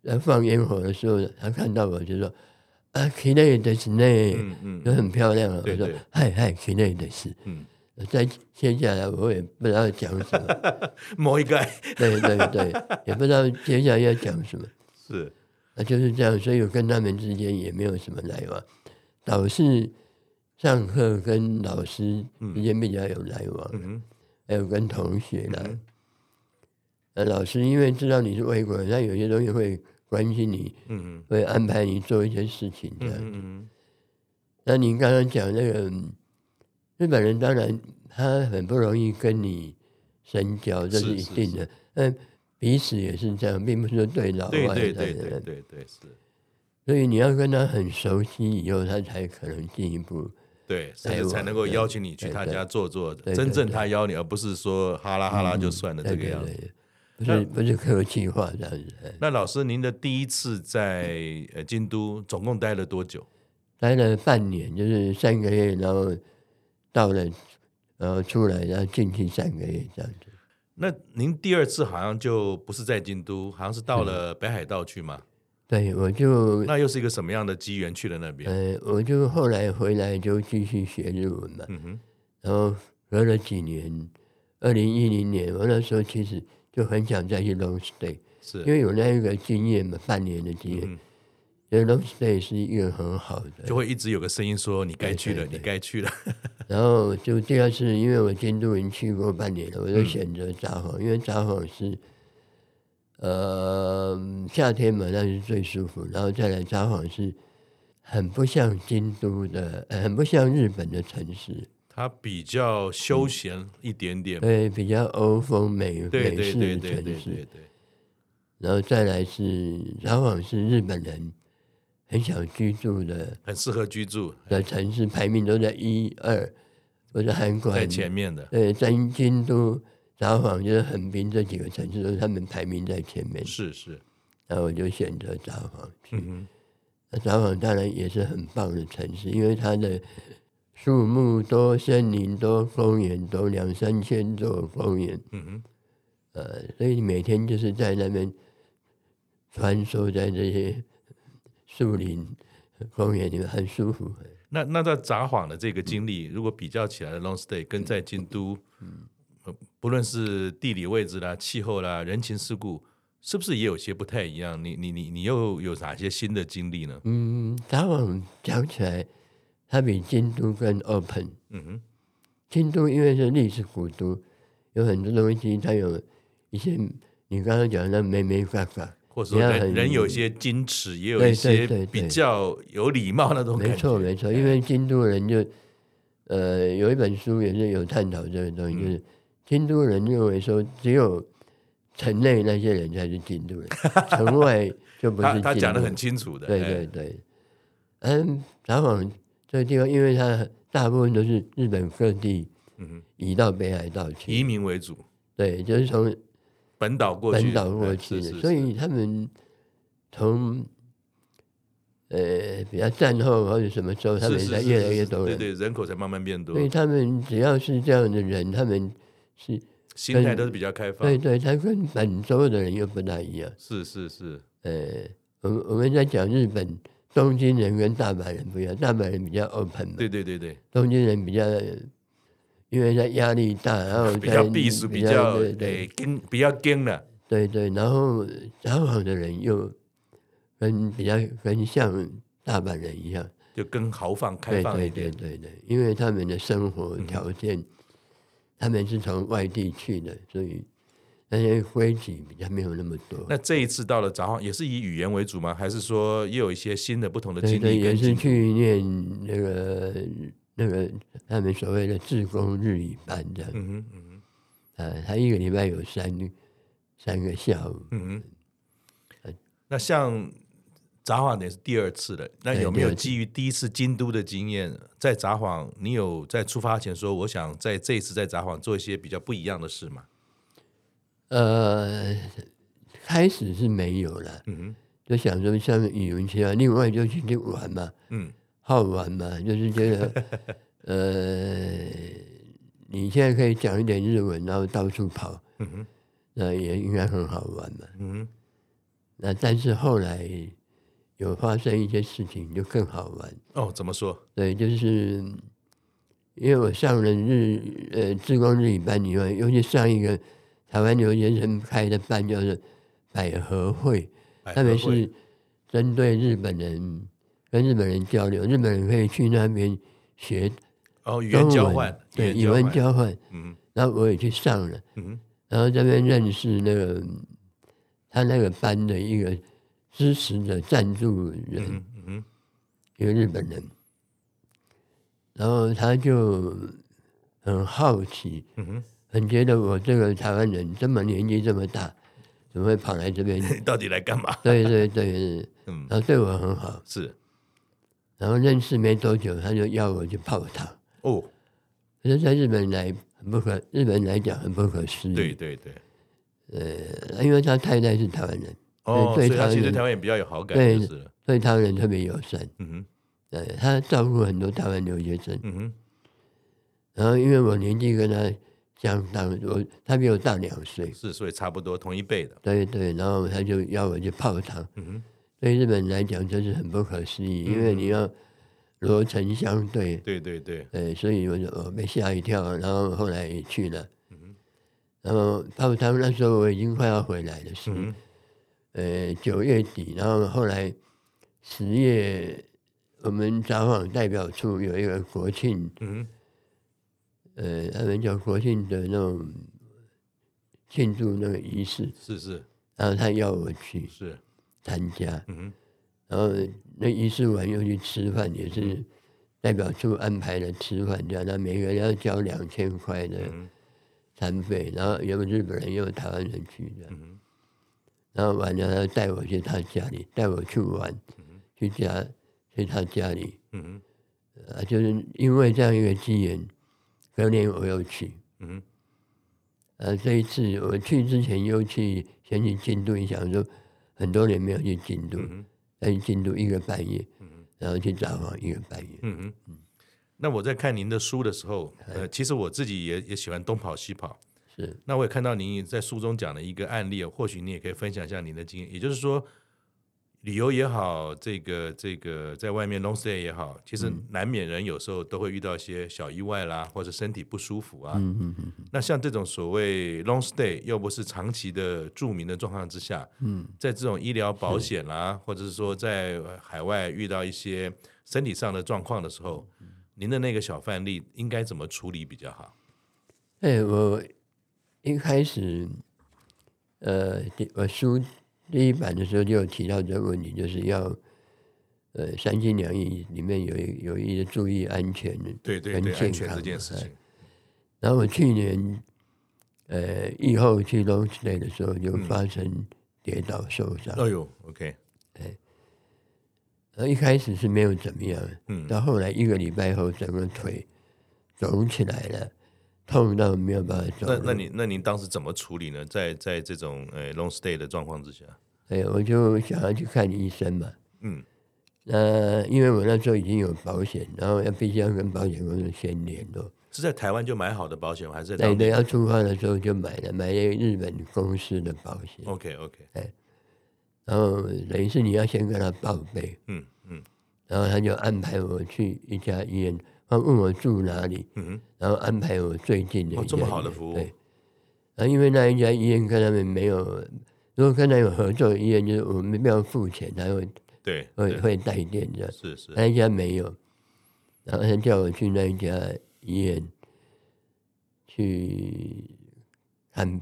Speaker 3: 来放烟火的时候，她看到我就说：“啊，奇内的是
Speaker 2: 嗯
Speaker 3: 呢，
Speaker 2: 嗯
Speaker 3: 都很漂亮啊。”
Speaker 2: 对
Speaker 3: 我说
Speaker 2: 对：“
Speaker 3: 嗨嗨，奇内的是。
Speaker 2: 嗯，”
Speaker 3: 再接下来我也不知道讲什么，
Speaker 2: 摸一盖
Speaker 3: 对对对，也不知道接下来要讲什么，
Speaker 2: 是，
Speaker 3: 那就是这样，所以我跟他们之间也没有什么来往，导致上课跟老师之间比较有来往。
Speaker 2: 嗯哼
Speaker 3: 还有跟同学啦
Speaker 2: 嗯。
Speaker 3: 那老师因为知道你是外国人，他有些东西会关心你，
Speaker 2: 嗯哼
Speaker 3: 会安排你做一些事情这
Speaker 2: 嗯
Speaker 3: 样。
Speaker 2: 哼嗯
Speaker 3: 那您刚刚讲那个嗯日本人，当然他很不容易跟你深交，这是
Speaker 2: 是
Speaker 3: 一
Speaker 2: 是
Speaker 3: 定的。但彼此也是这样，并不是说对老
Speaker 2: 嗯哼，
Speaker 3: 外
Speaker 2: 对对
Speaker 3: 这样
Speaker 2: 对对
Speaker 3: 的
Speaker 2: 对对是，
Speaker 3: 所以你要跟他很熟悉以后，他才可能进一步。
Speaker 2: 对，甚至才能够邀请你去他家坐坐，
Speaker 3: 啊对嗯
Speaker 2: 真正他邀你，而不是说哈啦哈啦就算了
Speaker 3: 对
Speaker 2: 这个
Speaker 3: 对
Speaker 2: 样子。
Speaker 3: 对，不是不是客气话这样子。哎
Speaker 2: 那老师，您的第一次在呃京都总共待了多久？
Speaker 3: 待了半年，就是三个月，然后到了，然后出来，然后进去三个月这样子。
Speaker 2: 那您第二次好像就不是在京都，好像是到
Speaker 3: 嗯
Speaker 2: 了北海道去嘛？
Speaker 3: 对，我就
Speaker 2: 那又是一个什么样的机缘去了那边？
Speaker 3: 呃，我就后来回来就继续学日文嘛，
Speaker 2: 嗯哼，
Speaker 3: 然后隔了几年，二零一零年，我那时候其实就很想再去 long stay，
Speaker 2: 是，
Speaker 3: 因为有那个经验嘛，半年的经验
Speaker 2: 嗯，
Speaker 3: 觉得 long stay 是一个很好的
Speaker 2: 就。会一直有个声音说你该去
Speaker 3: 对
Speaker 2: 了，
Speaker 3: 对对
Speaker 2: 你该去了。
Speaker 3: 然后就第二次，因为我京都已经去过半年了，我就
Speaker 2: 嗯
Speaker 3: 选择札幌，因为札幌是，呃，夏天嘛，那是最舒服。然后再来札幌是很不像京都的，呃很不像日本的城市，
Speaker 2: 它比较
Speaker 3: 嗯
Speaker 2: 休闲一点点，
Speaker 3: 对，比较欧风美
Speaker 2: 对
Speaker 3: 美
Speaker 2: 对
Speaker 3: 式
Speaker 2: 对
Speaker 3: 的
Speaker 2: 对对
Speaker 3: 城
Speaker 2: 对
Speaker 3: 市。
Speaker 2: 对，
Speaker 3: 然后再来是札幌是日本人很想居住的
Speaker 2: 很适合居住，
Speaker 3: 的城市，排名都在一二，或者韩国
Speaker 2: 在
Speaker 3: 很
Speaker 2: 前面的
Speaker 3: 对，在京都、札幌就是横滨这几个城市，都是他们排名在前面。
Speaker 2: 是是，
Speaker 3: 然后我就选择札幌去。
Speaker 2: 嗯
Speaker 3: 那札幌当然也是很棒的城市，因为它的树木多、森林多、公园多，两三千座公园。
Speaker 2: 哼嗯哼，
Speaker 3: 呃，所以你每天就是在那边穿梭在这些树林、公园里面，很舒服。
Speaker 2: 那那在札幌的这
Speaker 3: 嗯
Speaker 2: 个经历，如果比较起来的 long stay 跟在京都，
Speaker 3: 嗯
Speaker 2: 呃不论是地理位置啦、气候啦、人情世故，是不是也有些不太一样？你你你你又有哪些新的经历呢？
Speaker 3: 嗯，札幌讲起来，它比京都更 open。
Speaker 2: 嗯哼，
Speaker 3: 京都因为是历史古都，有很多东西，它有一些你刚刚讲的美美嘎嘎，
Speaker 2: 或者说
Speaker 3: 你要
Speaker 2: 人
Speaker 3: 很
Speaker 2: 人有些矜持，也有
Speaker 3: 对
Speaker 2: 一些
Speaker 3: 对对对
Speaker 2: 比较有礼貌那种感觉，哎
Speaker 3: 没错没错，因为京都人就，呃，有一本书也是有探讨这个东
Speaker 2: 嗯
Speaker 3: 西，就是京都人认为说只有城内那些人才是京 都人，城外就不是
Speaker 2: 他
Speaker 3: 京都。
Speaker 2: 他讲的很清楚的，
Speaker 3: 对
Speaker 2: 哎
Speaker 3: 对对，嗯，札幌这个地方，因为它大部分都是日本各地
Speaker 2: 嗯哼，
Speaker 3: 移到北海道
Speaker 2: 移
Speaker 3: 去，
Speaker 2: 民为主。
Speaker 3: 对，就是从
Speaker 2: 本岛过去，
Speaker 3: 本岛过
Speaker 2: 哎
Speaker 3: 去
Speaker 2: 是是
Speaker 3: 的，
Speaker 2: 是
Speaker 3: 所以他们从呃比较战后或者什么时候，他
Speaker 2: 是
Speaker 3: 们
Speaker 2: 是
Speaker 3: 才
Speaker 2: 是
Speaker 3: 越
Speaker 2: 是
Speaker 3: 来越
Speaker 2: 是
Speaker 3: 多
Speaker 2: 对
Speaker 3: 人。
Speaker 2: 对，人口才慢慢变多
Speaker 3: 所，以他们只要是这样的人，他们是
Speaker 2: 心态都是比较开放
Speaker 3: 对，对，他跟本州的人又不大一样。
Speaker 2: 是是是，
Speaker 3: 呃，我们我们在讲日本东京人跟大阪人不一样，大阪人比较 open 嘛，
Speaker 2: 对对对对，
Speaker 3: 东京人比较因为他压力大，然后
Speaker 2: 比较
Speaker 3: 在
Speaker 2: 避暑，比较哎
Speaker 3: 对对
Speaker 2: 诶跟比较跟了，
Speaker 3: 对对，然后札幌的人又跟比较跟像大阪人一样，
Speaker 2: 就更豪放开
Speaker 3: 对
Speaker 2: 放
Speaker 3: 对
Speaker 2: 一点嗯
Speaker 3: 对，对对，因为他们的生活条件，他们是从外地去的，所以但是挥击比较没有那么多。
Speaker 2: 那这一次到了札幌，也是以语言为主吗？还是说也有一些新的不同的
Speaker 3: 对
Speaker 2: 经
Speaker 3: 对，
Speaker 2: 历
Speaker 3: 也
Speaker 2: 跟
Speaker 3: 是
Speaker 2: 进步？
Speaker 3: 去念那个那个他们所谓的自工日语班这样。
Speaker 2: 嗯哼嗯哼
Speaker 3: 呃，他一个礼拜有三三个下午，
Speaker 2: 嗯哼。那像札幌也是第二次了，那有没有
Speaker 3: 对第二次
Speaker 2: 基于第一次京都的经验，在札幌你有在出发前说我想在这一次在札幌做一些比较不一样的事吗？
Speaker 3: 呃，开始是没有了，
Speaker 2: 嗯
Speaker 3: 就想说像语文学啊，另外就是去玩嘛，
Speaker 2: 哼嗯
Speaker 3: 好玩嘛，就是觉得呃，你现在可以讲一点日文，然后到处跑，
Speaker 2: 嗯哼
Speaker 3: 那也应该很好玩嘛。
Speaker 2: 嗯哼
Speaker 3: 那但是后来有发生一些事情，就更好玩。
Speaker 2: 哦，怎么说？
Speaker 3: 对，就是因为我上了日呃志光日语班以外，尤其上一个台湾留学生开的班叫做百合会，
Speaker 2: 百
Speaker 3: 他们
Speaker 2: 合会
Speaker 3: 是针对日本人跟日本人交流，日本人可以去那边学
Speaker 2: 哦语言
Speaker 3: 中
Speaker 2: 交
Speaker 3: 文
Speaker 2: 换，
Speaker 3: 对，语文
Speaker 2: 换，
Speaker 3: 交换。
Speaker 2: 嗯
Speaker 3: 然后我也去上了，
Speaker 2: 哼嗯哼
Speaker 3: 然后这边认识那个他那个班的一个支持者赞助人，
Speaker 2: 嗯嗯哼
Speaker 3: 一个日本人，然后他就很好奇，
Speaker 2: 嗯哼。
Speaker 3: 很觉得我这个台湾人这么年纪这么大，怎么会跑来这边？
Speaker 2: 你到底来干嘛？
Speaker 3: 对对对，
Speaker 2: 嗯，
Speaker 3: 然后对我很好，
Speaker 2: 是
Speaker 3: 然后认识没多久，他就要我去泡汤。
Speaker 2: 哦，
Speaker 3: 可是，在日本来很不可，日本来讲很不可思议。
Speaker 2: 对，对嗯对，
Speaker 3: 呃，因为他太太是台湾人，
Speaker 2: 哦，所
Speaker 3: 对
Speaker 2: 以他
Speaker 3: 台湾
Speaker 2: 其实对
Speaker 3: 人
Speaker 2: 台湾也比较有好感，
Speaker 3: 对
Speaker 2: 就是了，
Speaker 3: 所以台湾人特别友善。
Speaker 2: 嗯哼，
Speaker 3: 呃，他照顾很多台湾留学生。
Speaker 2: 嗯哼，
Speaker 3: 然后，因为我年纪跟他相当，我他比我大两岁，
Speaker 2: 是，所以差不多同一辈的，
Speaker 3: 对对，然后他就要我去泡汤。
Speaker 2: 嗯哼，
Speaker 3: 对日本人来讲，这是很不可思议，因为你要罗成相对，
Speaker 2: 对对对，
Speaker 3: 呃，所以我就我被吓一跳，然后后来也去了。然后泡汤那时候我已经快要回来了，是、
Speaker 2: 嗯
Speaker 3: 呃九月底，然后后来十月，我们札幌代表处有一个国庆，
Speaker 2: 嗯
Speaker 3: 呃，他们叫国庆的那种庆祝那个仪式，
Speaker 2: 哼，是是
Speaker 3: 然后他要我去
Speaker 2: 是，
Speaker 3: 参加，
Speaker 2: 嗯
Speaker 3: 然后那仪式完又去吃饭，也是代表处安排的吃饭，这样，那每个人要交两千块的
Speaker 2: 嗯哼
Speaker 3: 餐费，然后也有日本人，也有台湾人去的
Speaker 2: 嗯，哼，
Speaker 3: 然后完了他带我去他家里，带我去玩，去家去他家里，
Speaker 2: 嗯哼，
Speaker 3: 啊，就是因为这样一个机缘，隔年我又去，
Speaker 2: 嗯哼，
Speaker 3: 呃，这一次我去之前又去先去京都，想说很多年没有去京
Speaker 2: 嗯
Speaker 3: 都，再去京都一个半夜，然后去札幌一个半夜，
Speaker 2: 嗯哼，那我在看您的书的时候，呃，其实我自己也也喜欢东跑西跑，
Speaker 3: 是
Speaker 2: 那我也看到您在书中讲的一个案例，或许你也可以分享一下您的经验。也就是说，旅游也好，这个这个在外面 long stay 也好，其实
Speaker 3: 嗯
Speaker 2: 难免人有时候都会遇到一些小意外啦，或者身体不舒服啊。
Speaker 3: 嗯嗯嗯
Speaker 2: 那像这种所谓 long stay，又不是长期的著名的状况之下，
Speaker 3: 嗯，
Speaker 2: 在这种医疗保险啦、或者是说在海外遇到一些身体上的状况的时候，
Speaker 3: 嗯
Speaker 2: 您的那个小范例应该怎么处理比较好？
Speaker 3: 哎，我一开始，呃，第我书第一版的时候就有提到这个问题，就是要，呃，三心两意里面有一有一些注意安全的
Speaker 2: 对对
Speaker 3: 跟
Speaker 2: 对，
Speaker 3: 健
Speaker 2: 安全
Speaker 3: 康
Speaker 2: 这件事
Speaker 3: 哎
Speaker 2: 情，
Speaker 3: 然后我去年，呃，疫后去 long stay 的时候
Speaker 2: 嗯
Speaker 3: 就发生跌倒受伤，
Speaker 2: 哎呦，OK，
Speaker 3: 然后一开始是没有怎么样，
Speaker 2: 嗯
Speaker 3: 到后来一个礼拜后，整个腿肿起来了，痛到没有办法走
Speaker 2: 那
Speaker 3: 路。
Speaker 2: 那你那您当时怎么处理呢？在在这种呃 long stay 的状况之下，
Speaker 3: 哎，我就想要去看医生嘛。
Speaker 2: 嗯
Speaker 3: 那因为我那时候已经有保险，然后要必须要跟保险公司先联络。
Speaker 2: 是在台湾就买好的保险吗，还是在
Speaker 3: 对
Speaker 2: 当
Speaker 3: 对，
Speaker 2: 地
Speaker 3: 要出发的时候就买了，买了日本公司的保险。
Speaker 2: ？OK OK，
Speaker 3: 然后等于是你要先跟他报备，
Speaker 2: 嗯嗯
Speaker 3: 然后他就安排我去一家医院，他问我住哪里，
Speaker 2: 嗯
Speaker 3: 然后安排我最近的一家
Speaker 2: 哼，哦
Speaker 3: 医院、，
Speaker 2: 这么好的服务
Speaker 3: 对，，然后因为那一家医院跟他们没有，如果跟他有合作的医院，就是我们不要付钱，他会
Speaker 2: 对
Speaker 3: 会
Speaker 2: 对，
Speaker 3: 会哎带电的。
Speaker 2: 是是，
Speaker 3: 那一家没有，然后他叫我去那一家医院去看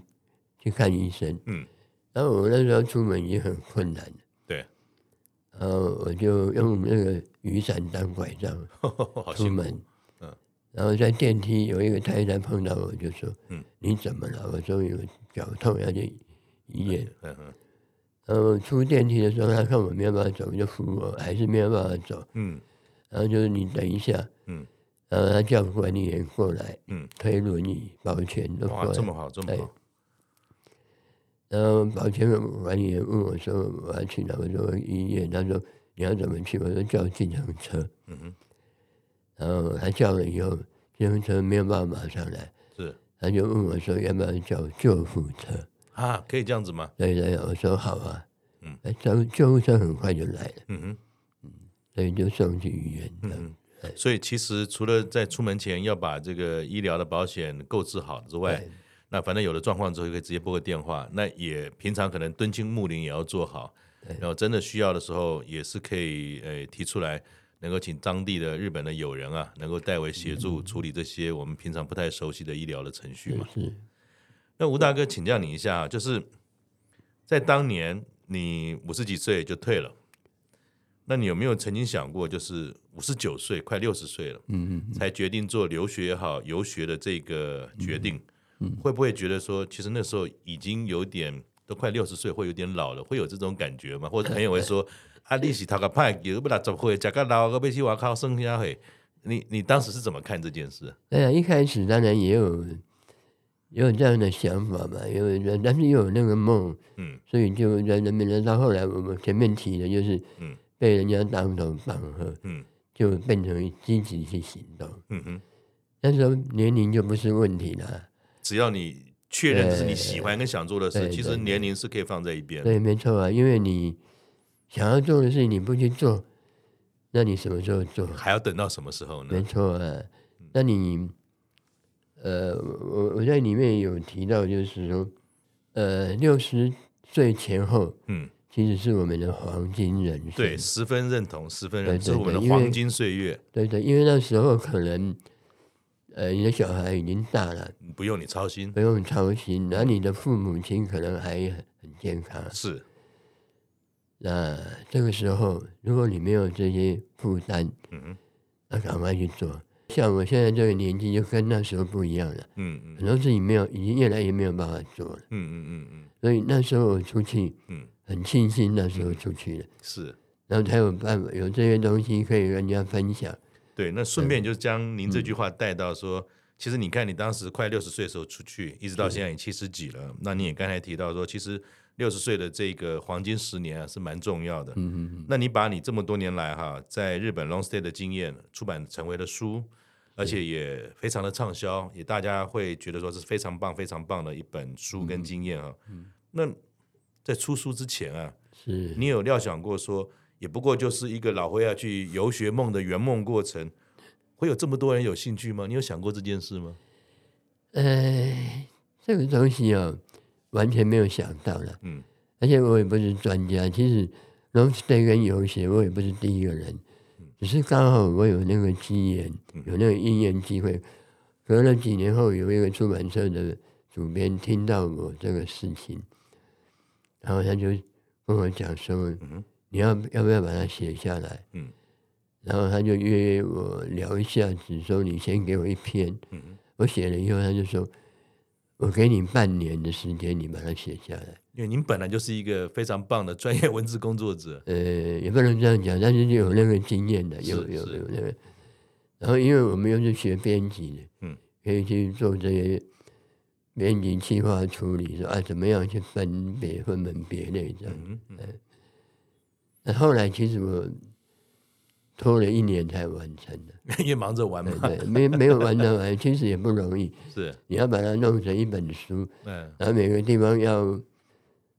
Speaker 3: 去看医生。
Speaker 2: 嗯，
Speaker 3: 然后我那时候出门已经很困难了，
Speaker 2: 对，
Speaker 3: 然后我就用那个雨伞当拐杖
Speaker 2: 好
Speaker 3: 出
Speaker 2: 辛苦，
Speaker 3: 门。
Speaker 2: 嗯，
Speaker 3: 然后在电梯有一个太太碰到我，就说：“
Speaker 2: 嗯，
Speaker 3: 你怎么了？”我说：“有脚痛，要去医院。”
Speaker 2: 嗯嗯
Speaker 3: 然后出电梯的时候，他看我没有办法走，就扶我，还是没有办法走。
Speaker 2: 嗯
Speaker 3: 然后就是你等一下，
Speaker 2: 嗯
Speaker 3: 然后他叫管理员过来，
Speaker 2: 嗯，
Speaker 3: 推轮椅、保全都哎过
Speaker 2: 哇，这么
Speaker 3: 来。
Speaker 2: 好，这么好，
Speaker 3: 然后保全的管理员问我说：“我要去哪？”我说：“医院。”他说：“你要怎么去？”我说：“叫计程车。
Speaker 2: 嗯哼，”
Speaker 3: 然后他叫了以后，计程车没有办法马上来，
Speaker 2: 是
Speaker 3: 他就问我说：“要不要叫救护车
Speaker 2: 啊，可以这样子吗？？”
Speaker 3: 对对，我说：“好啊。”
Speaker 2: 嗯，
Speaker 3: 救救护车很快就来了，
Speaker 2: 嗯哼。
Speaker 3: 所以就送去医院。这样
Speaker 2: 嗯哼，所以其实除了在出门前要把这个医疗的保险购置好之外
Speaker 3: 对，
Speaker 2: 那反正有了状况之后就可以直接拨个电话。那也平常可能敦亲睦邻也要做好，然后真的需要的时候也是可以呃提出来，能够请当地的日本的友人啊，能够代为协助处理这些我们平常不太熟悉的医疗的程序嘛。
Speaker 3: 是
Speaker 2: 那吴大哥，请教你一下啊，就是在当年你五十几岁就退了，那你有没有曾经想过，就是五十九岁快六十岁了，嗯嗯，才决定做留学也好、游学的这个决定，会不会觉得说，其实那时候已经有点都快六十岁，会有点老了，会有这种感觉吗？或者朋友会 说，啊，利息他个派，有不啦，怎么会？假个老个被去我靠生下嘿，你你当时是怎么看这件事？
Speaker 3: 哎呀，一开始当然也有也有这样的想法嘛，也有这，但是又有那个梦，
Speaker 2: 嗯，
Speaker 3: 所以就在那边。到后来我们前面提的就是，
Speaker 2: 嗯，
Speaker 3: 被人家当头棒喝，
Speaker 2: 嗯
Speaker 3: 就变成积极去行动。
Speaker 2: 嗯哼。
Speaker 3: 那时候年龄就不是问题了，
Speaker 2: 只要你确认这是你喜欢跟想做的事，
Speaker 3: 对对
Speaker 2: 其实年龄是可以放在一边。
Speaker 3: 对，没错啊，因为你想要做的事情你不去做，那你什么时候做？
Speaker 2: 还要等到什么时候
Speaker 3: 没
Speaker 2: 呢？
Speaker 3: 错啊，那你，呃，我我在里面有提到，就是说，呃，六十岁前后
Speaker 2: 嗯，
Speaker 3: 其实是我们的黄金人生，
Speaker 2: 对，十分认同，十分
Speaker 3: 对
Speaker 2: 认同，
Speaker 3: 对
Speaker 2: 这是我们的
Speaker 3: 对因为
Speaker 2: 黄金岁月，
Speaker 3: 对对，因为那时候可能，呃，你的小孩已经大了，
Speaker 2: 不用你操心
Speaker 3: 不。用操心，然后你的父母亲可能还很健康，
Speaker 2: 是，
Speaker 3: 那这个时候如果你没有这些负担，
Speaker 2: 嗯哼
Speaker 3: 那赶快去做。像我现在这个年纪，就跟那时候不一样了，
Speaker 2: 嗯嗯
Speaker 3: 很多事情没有，已经越来越没有办法做了。
Speaker 2: 嗯嗯嗯嗯
Speaker 3: 所以那时候我出去，
Speaker 2: 嗯，
Speaker 3: 很庆幸那时候出去了，
Speaker 2: 是
Speaker 3: 然后才有办法有这些东西可以跟人家分享。
Speaker 2: 对。那顺便就将您这
Speaker 3: 嗯
Speaker 2: 句话带到说。其实你看，你当时快六十岁的时候出去，一直到现在也七十几了。那你也刚才提到说，其实六十岁的这个黄金十年啊是蛮重要的。
Speaker 3: 嗯，
Speaker 2: 那你把你这么多年来哈，在日本 long stay 的经验出版成为了书，而且也非常的畅销，也大家会觉得说是非常棒、非常棒的一本书
Speaker 3: 嗯
Speaker 2: 跟经验啊。那在出书之前啊，
Speaker 3: 是
Speaker 2: 你有料想过说，也不过就是一个老灰要去游学梦的圆梦过程，会有这么多人有兴趣吗？你有想过这件事吗？
Speaker 3: 呃，这个东西哦，完全没有想到了。
Speaker 2: 嗯，
Speaker 3: 而且我也不是专家，其实 long stay 跟游学我也不是第一个人，只是刚好我有那个机缘，有那个因缘机会。隔了几年后，有一个出版社的主编听到我这个事情，然后他就跟我讲说：“你要要不要把它写下来？”
Speaker 2: 嗯
Speaker 3: 然后他就约我聊一下，只说你先给我一篇。
Speaker 2: 嗯
Speaker 3: 我写了以后，他就说：“我给你半年的时间，你把它写下来。”
Speaker 2: 因为您本来就是一个非常棒的专业文字工作者，
Speaker 3: 呃，也不能这样讲，但是就有那个经验的，有
Speaker 2: 是
Speaker 3: 有
Speaker 2: 是
Speaker 3: 有那个。然后，因为我们又是学编辑的，
Speaker 2: 嗯，
Speaker 3: 可以去做这些编辑计划处理，说啊怎么样去分别分门别类这样。
Speaker 2: 嗯嗯
Speaker 3: 那后来其实我拖了一年才完成 的，
Speaker 2: 也忙着玩嘛，
Speaker 3: 对对，没没有完成完，其实也不容易。
Speaker 2: 是，
Speaker 3: 你要把它弄成一本书，
Speaker 2: 嗯。
Speaker 3: 然后每个地方要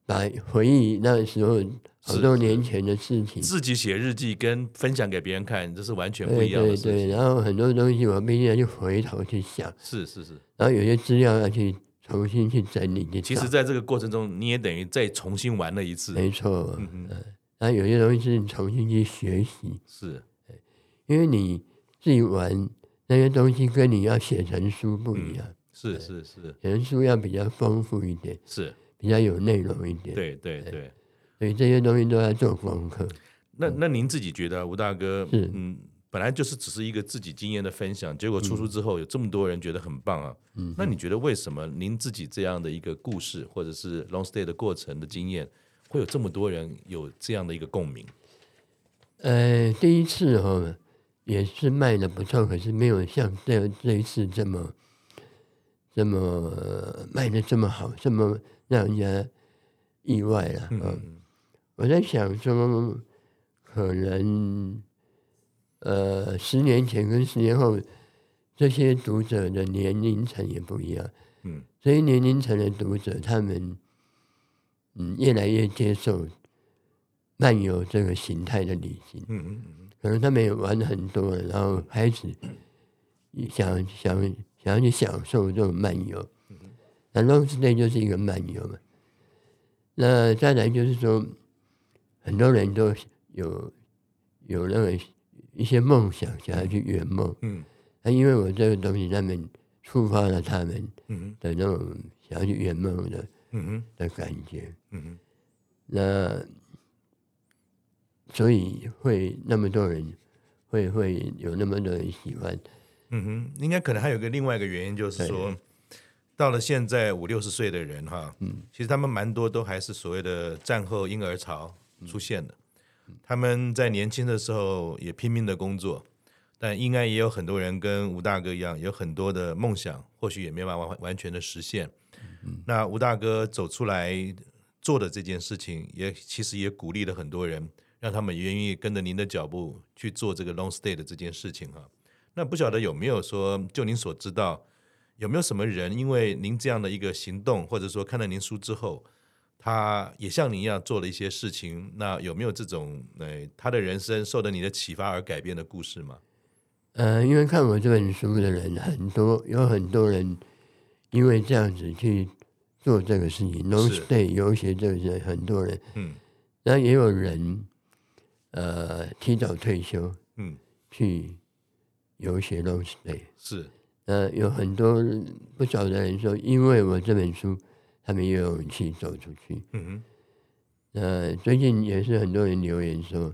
Speaker 3: 把回忆那时候好
Speaker 2: 是
Speaker 3: 多
Speaker 2: 是
Speaker 3: 年前的事情
Speaker 2: 自己写日记跟分享给别人看，这啊是完全不
Speaker 3: 对
Speaker 2: 一样的
Speaker 3: 对
Speaker 2: 事情。
Speaker 3: 对，然后很多东西我必须要去回头去想，
Speaker 2: 是是是，
Speaker 3: 然后有些资料要去重新去整理去
Speaker 2: 其
Speaker 3: 找
Speaker 2: 实在这个过程中，你也等于再重新玩了一次。
Speaker 3: 没错，
Speaker 2: 嗯嗯，
Speaker 3: 然后有些东西是你重新去学习，
Speaker 2: 是，
Speaker 3: 因为你自己玩那些东
Speaker 2: 嗯
Speaker 3: 西跟你要写成书不一样，
Speaker 2: 是是是
Speaker 3: 写成书要比较丰富一点，
Speaker 2: 是，
Speaker 3: 比较有内容一点。，
Speaker 2: 对对对。
Speaker 3: 所以这些东西都要做功课。
Speaker 2: 那那您自己觉得啊，吴大哥，
Speaker 3: 是
Speaker 2: 嗯，本来就是只是一个自己经验的分享，结果出书之后有这么多人觉得很棒啊。嗯，那你觉得为什么您自己这样的一个故事，或者是 long stay 的过程的经验，会有这么多人有这样的一个共鸣？
Speaker 3: 呃，第一次哦，也是卖的不错，可是没有像这这一次这么这么呃卖的这么好，这么让人家意外了。嗯，我在想说，可能呃，十年前跟十年后，这些读者的年龄层也不一样。
Speaker 2: 嗯，
Speaker 3: 所以年龄层的读者，他们嗯越来越接受漫游这个形态的旅行。
Speaker 2: 嗯嗯嗯
Speaker 3: 可能他们也玩了很多了，然后开始想想想要去享受这种漫游。那 long stay 就是一个漫游嘛。那再来就是说，很多人都有有那个一些梦想，想要去圆梦。
Speaker 2: 嗯
Speaker 3: 那因为我这个东西，他们触发了他们
Speaker 2: 嗯
Speaker 3: 的那种想要去圆梦的
Speaker 2: 嗯嗯
Speaker 3: 的感觉。
Speaker 2: 嗯
Speaker 3: 那所以会那么多人会会有那么多人喜欢，
Speaker 2: 嗯哼，应该可能还有个另外一个原因，就是说，到了现在五六十岁的人哈，嗯，其实他们蛮多都还是所谓的战后婴儿潮出现的。他们在年轻的时候也拼命的工作，但应该也有很多人跟吴大哥一样，有很多的梦想，或许也没办法完完全的实现。那吴大哥走出来做的这件事情，也其实也鼓励了很多人，让他们愿意跟着您的脚步去做这个 long stay 的这件事情哈、那不晓得有没有说，就您所知道，有没有什么人因为您这样的一个行动，或者说看了您书之后，他也像您一样做了一些事情？那有没有这种呃，他的人生受到你的启发而改变的故事吗？
Speaker 3: 呃，因为看我这本书的人很多，有很多人因为这样子去做这个事情，long
Speaker 2: 是
Speaker 3: stay 游学这个事情，很多人，
Speaker 2: 嗯
Speaker 3: 那也有人呃提早退休
Speaker 2: 嗯，
Speaker 3: 去游学 long stay，
Speaker 2: 是
Speaker 3: 呃，有很多不少的人说，因为我这本书，他们也有勇气走出去。
Speaker 2: 嗯
Speaker 3: 呃，最近也是很多人留言说，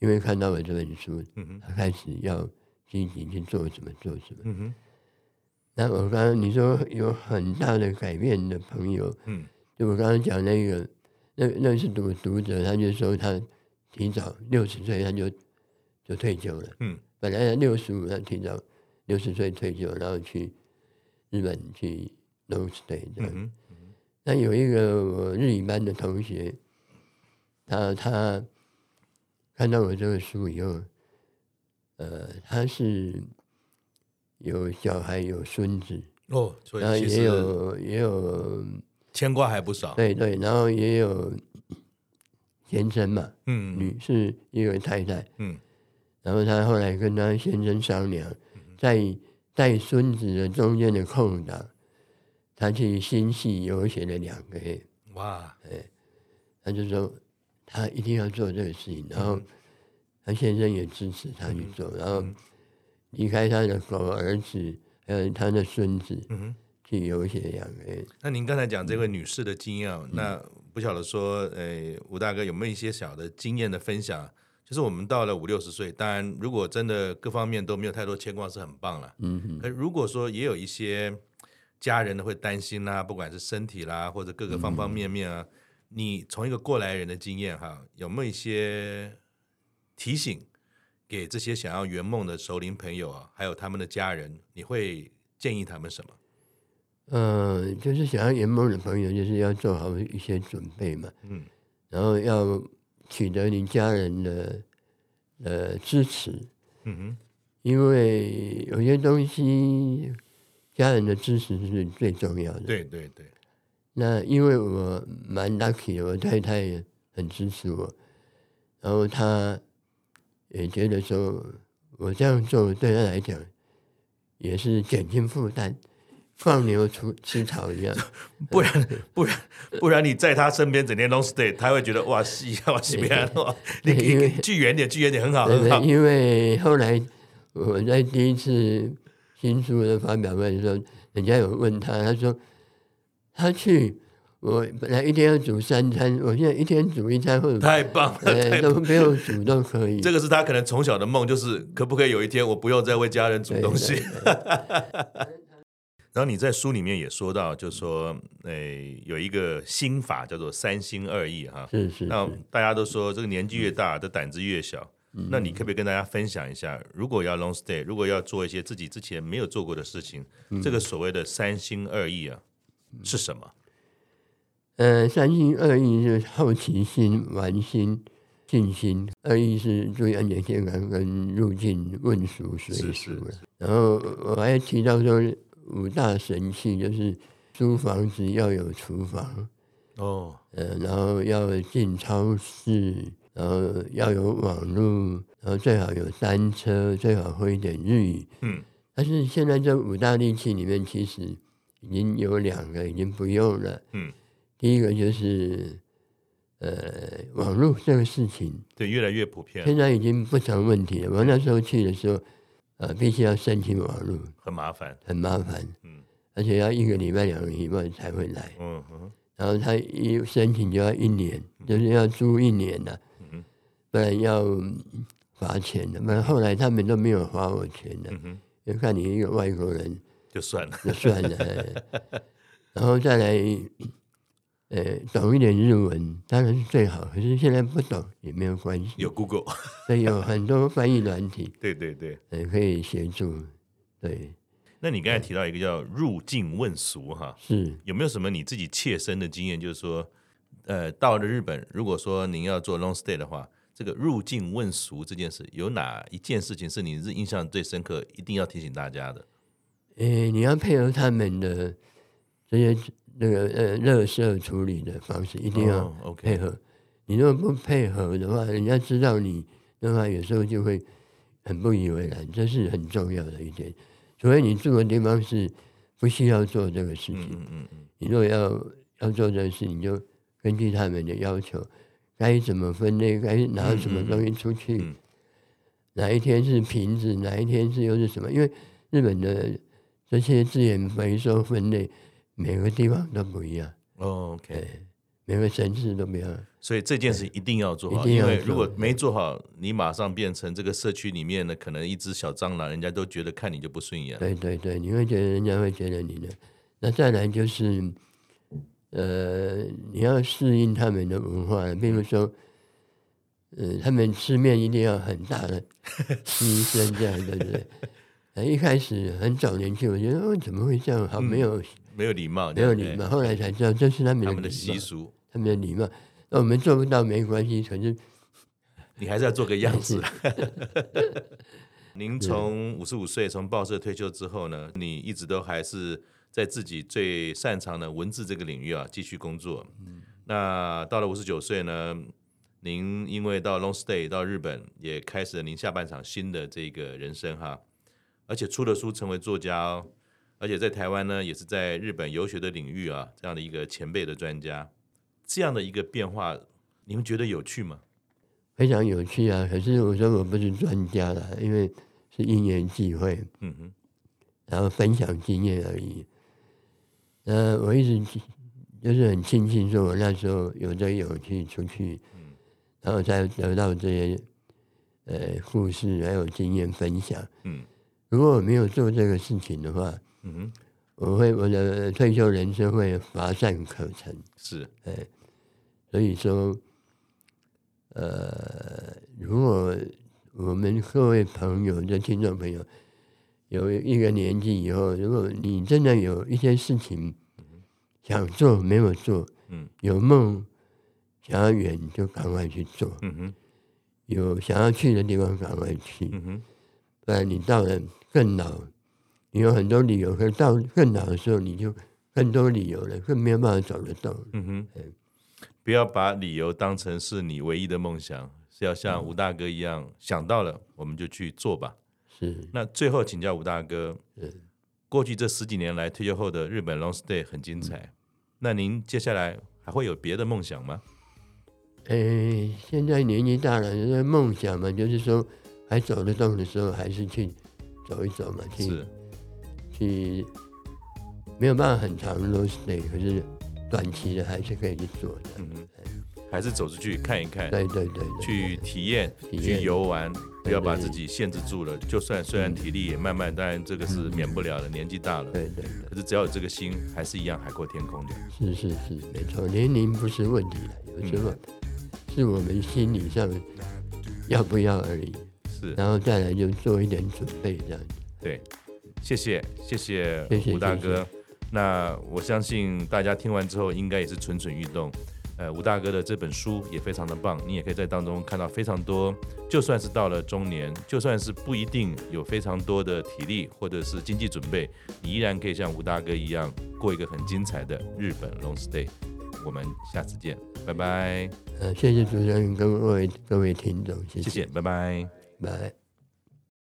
Speaker 3: 因为看到我这本书，
Speaker 2: 哼嗯哼
Speaker 3: 他开始要积极去做什么做什么。
Speaker 2: 嗯哼
Speaker 3: 那我刚刚你说有很大的改变的朋友，
Speaker 2: 嗯
Speaker 3: 就我刚刚讲那个，那那是读读者，他就说他提早六十岁他就就退休了，
Speaker 2: 嗯
Speaker 3: 本来六十五他提早六十岁退休，然后去日本去 long stay 这样。
Speaker 2: 嗯哼
Speaker 3: 那有一个我日语班的同学，他他看到我这个书以后，呃，他是有小孩有孙子，
Speaker 2: 哦，所
Speaker 3: 然后
Speaker 2: 以其
Speaker 3: 呃也
Speaker 2: 实嗯
Speaker 3: 有也有
Speaker 2: 牵挂还不少。
Speaker 3: 对对，然后也有先生嘛，
Speaker 2: 嗯
Speaker 3: 女士也有太太，
Speaker 2: 嗯
Speaker 3: 然后他后来跟他先生商量，在带孙子的中间的空档，他去新系游学了两个月。
Speaker 2: 哇
Speaker 3: 他就说他一定要做这个事情，然后他先生也支持他去做，然后离开他的狗儿子还有他的孙子
Speaker 2: 嗯哼。
Speaker 3: 去游学两个月。
Speaker 2: 那您刚才讲
Speaker 3: 嗯
Speaker 2: 这位女士的经验，哦，那不晓得说，呃，吴大哥有没有一些小的经验的分享？就是我们到了五六十岁，当然如果真的各方面都没有太多牵挂，是很棒了。
Speaker 3: 嗯哼，
Speaker 2: 可如果说也有一些家人呢会担心啦、不管是身体啦，或者各个方方面面
Speaker 3: 嗯
Speaker 2: 啊，你从一个过来人的经验哈，有没有一些提醒给这些想要圆梦的熟龄朋友啊，还有他们的家人，你会建议他们什么？
Speaker 3: 呃，就是想要圆梦的朋友，就是要做好一些准备嘛，
Speaker 2: 嗯
Speaker 3: 然后要取得你家人的呃支持，
Speaker 2: 嗯哼
Speaker 3: 因为有些东西家人的支持是最重要的。，。
Speaker 2: 对对对，
Speaker 3: 那因为我蛮 lucky 的，我太太也很支持我，然后她也觉得说我这样做对她来讲也是减轻负担，放牛出吃草一样。
Speaker 2: 不然不然不然你在他身边整天 long stay，他会觉得哇西哇西边哇，你
Speaker 3: 对因为
Speaker 2: 你距远点距远点很 好
Speaker 3: 对
Speaker 2: 很好，
Speaker 3: 因为后来我在第一次新书的发表会的时候，人家有问他，他说他去我本来一天要煮三餐，我现在一天煮一餐或者
Speaker 2: 太棒了，
Speaker 3: 呃
Speaker 2: 太
Speaker 3: 都
Speaker 2: 棒！
Speaker 3: 不用煮都可以。
Speaker 2: 这个是他可能从小的梦，就是可不可以有一天我不用再为家人煮东西。 然后你在书里面也说到，就说，诶、有一个心法叫做三心二意哈。
Speaker 3: 是是
Speaker 2: 那
Speaker 3: 是，嗯
Speaker 2: 大家都说这个年纪越大，这胆子越小。那你可不可以跟大家分享一下，如果要 long stay，如果要做一些自己之前没有做过的事情，
Speaker 3: 嗯
Speaker 2: 这个所谓的三心二意啊是什么？
Speaker 3: 呃，三心二意是好奇心、玩心、静心；二意是注意安全健康跟入境问俗随
Speaker 2: 是
Speaker 3: 俗
Speaker 2: 是
Speaker 3: 了。然后我还提到说五大神器就是租房子要有厨房，
Speaker 2: 哦，
Speaker 3: 呃，然后要进超市，然后要有网络，然后最好有单车，最好会一点日语。
Speaker 2: 嗯，
Speaker 3: 但是现在这五大利器里面，其实已经有两个已经不用了。
Speaker 2: 嗯，
Speaker 3: 第一个就是呃，网络这个事情
Speaker 2: 对，啊越来越普遍，
Speaker 3: 现在已经不成问题了。我那时候去的时候，呃，必须要申请网络，
Speaker 2: 很麻烦。
Speaker 3: 很麻烦，
Speaker 2: 嗯
Speaker 3: 而且要一个礼拜、两个礼拜才会来。
Speaker 2: 嗯哼
Speaker 3: 然后他一申请就要一年，就是要租一年的、
Speaker 2: 嗯
Speaker 3: 不然要嗯罚钱的。不然后来他们都没有罚我钱的，
Speaker 2: 嗯哼，
Speaker 3: 就看你一个外国人
Speaker 2: 就算了。
Speaker 3: 就算了。哎然后再来，呃，懂一点日文当然是最好，可是现在不懂也没有关系，
Speaker 2: 有 Google，
Speaker 3: 所以有很多翻译软体，
Speaker 2: 对对对。
Speaker 3: 呃，可以协助。对，
Speaker 2: 那你刚才提到一个叫入境问俗哈，
Speaker 3: 是
Speaker 2: 有没有什么你自己切身的经验？就是说，呃，到了日本，如果说您要做 long stay 的话，这个入境问俗这件事，有哪一件事情是你是印象最深刻，一定要提醒大家的？
Speaker 3: 诶，呃你要配合他们的这些那个呃垃圾处理的方式，一定要
Speaker 2: 哦，OK
Speaker 3: 配合。你如果不配合的话，人家知道你的话，有时候就会很不以为然，这是很重要的一点。除非你住的地方是不需要做这个事情，
Speaker 2: 嗯嗯嗯，
Speaker 3: 你如果要要做这个事，你就根据他们的要求，该怎么分类，该拿什么东西出去，
Speaker 2: 嗯
Speaker 3: 哪一天是瓶子，哪一天是又是什么？因为日本的这些资源回收分类，每个地方都不一样，
Speaker 2: 哦，OK，
Speaker 3: 每个城市都不一样。
Speaker 2: 所以这件事一定要做好，
Speaker 3: 一定
Speaker 2: 因
Speaker 3: 要
Speaker 2: 为
Speaker 3: 做
Speaker 2: 如果没做好，你马上变成这个社区里面的可能一只小蟑螂，人家都觉得看你就不顺眼。
Speaker 3: 对对对，你会觉得人家会觉得你的。那再来就是，呃，你要适应他们的文化，比如说，呃，他们吃面一定要很大的牺牲，这样对不对？ 呃一开始很早年去，我觉得哦，怎么会这
Speaker 2: 嗯
Speaker 3: 样？好没有、
Speaker 2: 没有礼貌，
Speaker 3: 没有礼貌，后来才知道这是他们的礼
Speaker 2: 对，他们的
Speaker 3: 貌
Speaker 2: 习，俗，
Speaker 3: 他们的礼貌。那我们做不到没关系，可是
Speaker 2: 你还是要做个样 子。您从五十五岁从报社退休之后呢，你一直都还是在自己最擅长的文字这个领域啊继续工作。那到了五十九岁呢，您因为到 long stay 到日本，也开始了您下半场新的这个人生哈，而且出了书成为作家哦，而且在台湾呢也是在日本游学的领域啊这样的一个前辈的专家，这样的一个变化，你们觉得有趣吗？
Speaker 3: 非常有趣啊。可是我说我不是专家啦，因为是因缘际会。
Speaker 2: 嗯哼，
Speaker 3: 然后分享经验而已。呃，我一直记就是很庆幸，说我那时候有这个勇气出去，
Speaker 2: 嗯
Speaker 3: 然后才得到这些呃故事还有经验分享。
Speaker 2: 嗯
Speaker 3: 如果我没有做这个事情的话，
Speaker 2: 嗯哼，
Speaker 3: 我会我的呃退休人生会乏善可陈。
Speaker 2: 是
Speaker 3: 所以说，呃，如果我们各位朋友的听众朋友有一个年纪以后，如果你真的有一些事情想做没有做，
Speaker 2: 嗯，
Speaker 3: 有梦想要远就赶快去做，
Speaker 2: 嗯哼，
Speaker 3: 有想要去的地方赶快去，
Speaker 2: 嗯哼，
Speaker 3: 不然你到了更老，你有很多理由，可是到更老的时候你就更多理由了，更没有办法走得动。
Speaker 2: 嗯
Speaker 3: 哎
Speaker 2: 哼，不要把理由当成是你唯一的梦想，是要像吴大哥一样，想到了我们就去做吧。
Speaker 3: 是，
Speaker 2: 那最后请教吴大哥
Speaker 3: 是，
Speaker 2: 过去这十几年来退休后的日本 long stay 很精
Speaker 3: 嗯
Speaker 2: 彩，那您接下来还会有别的梦想吗？
Speaker 3: 诶，呃现在年纪大了，就是梦想嘛，就是说还走得动的时候，还是去走一走嘛，去
Speaker 2: 是，
Speaker 3: 去没有办法很长 long stay，可是短期的还是可以去做的。
Speaker 2: 嗯还是走出去看一看，
Speaker 3: 对对对对，
Speaker 2: 去体验、
Speaker 3: 体
Speaker 2: 去
Speaker 3: 验
Speaker 2: 游玩，不要把
Speaker 3: 对嗯
Speaker 2: 自己限制住了。就算虽然体力也慢慢，当然这个是免不了的，年纪大了，
Speaker 3: 对对
Speaker 2: 可是只要有这个心，还是一样海阔天空的。
Speaker 3: 对，是是是，没错，年龄不是问题了，有时候
Speaker 2: 嗯
Speaker 3: 是我们心理上要不要而已，
Speaker 2: 是
Speaker 3: 然后再来就做一点准备这样子。
Speaker 2: 对，谢谢谢谢
Speaker 3: 谢谢
Speaker 2: 吴大
Speaker 3: 谢谢
Speaker 2: 哥。那我相信大家听完之后，应该也是蠢蠢欲动。呃，吴大哥的这本书也非常的棒，你也可以在当中看到非常多，就算是到了中年，就算是不一定有非常多的体力或者是经济准备，你依然可以像吴大哥一样过一个很精彩的日本 long stay。我们下次见，拜拜，
Speaker 3: 呃，谢谢主持人跟各位各位听众，谢
Speaker 2: 谢谢，拜拜。
Speaker 3: 拜。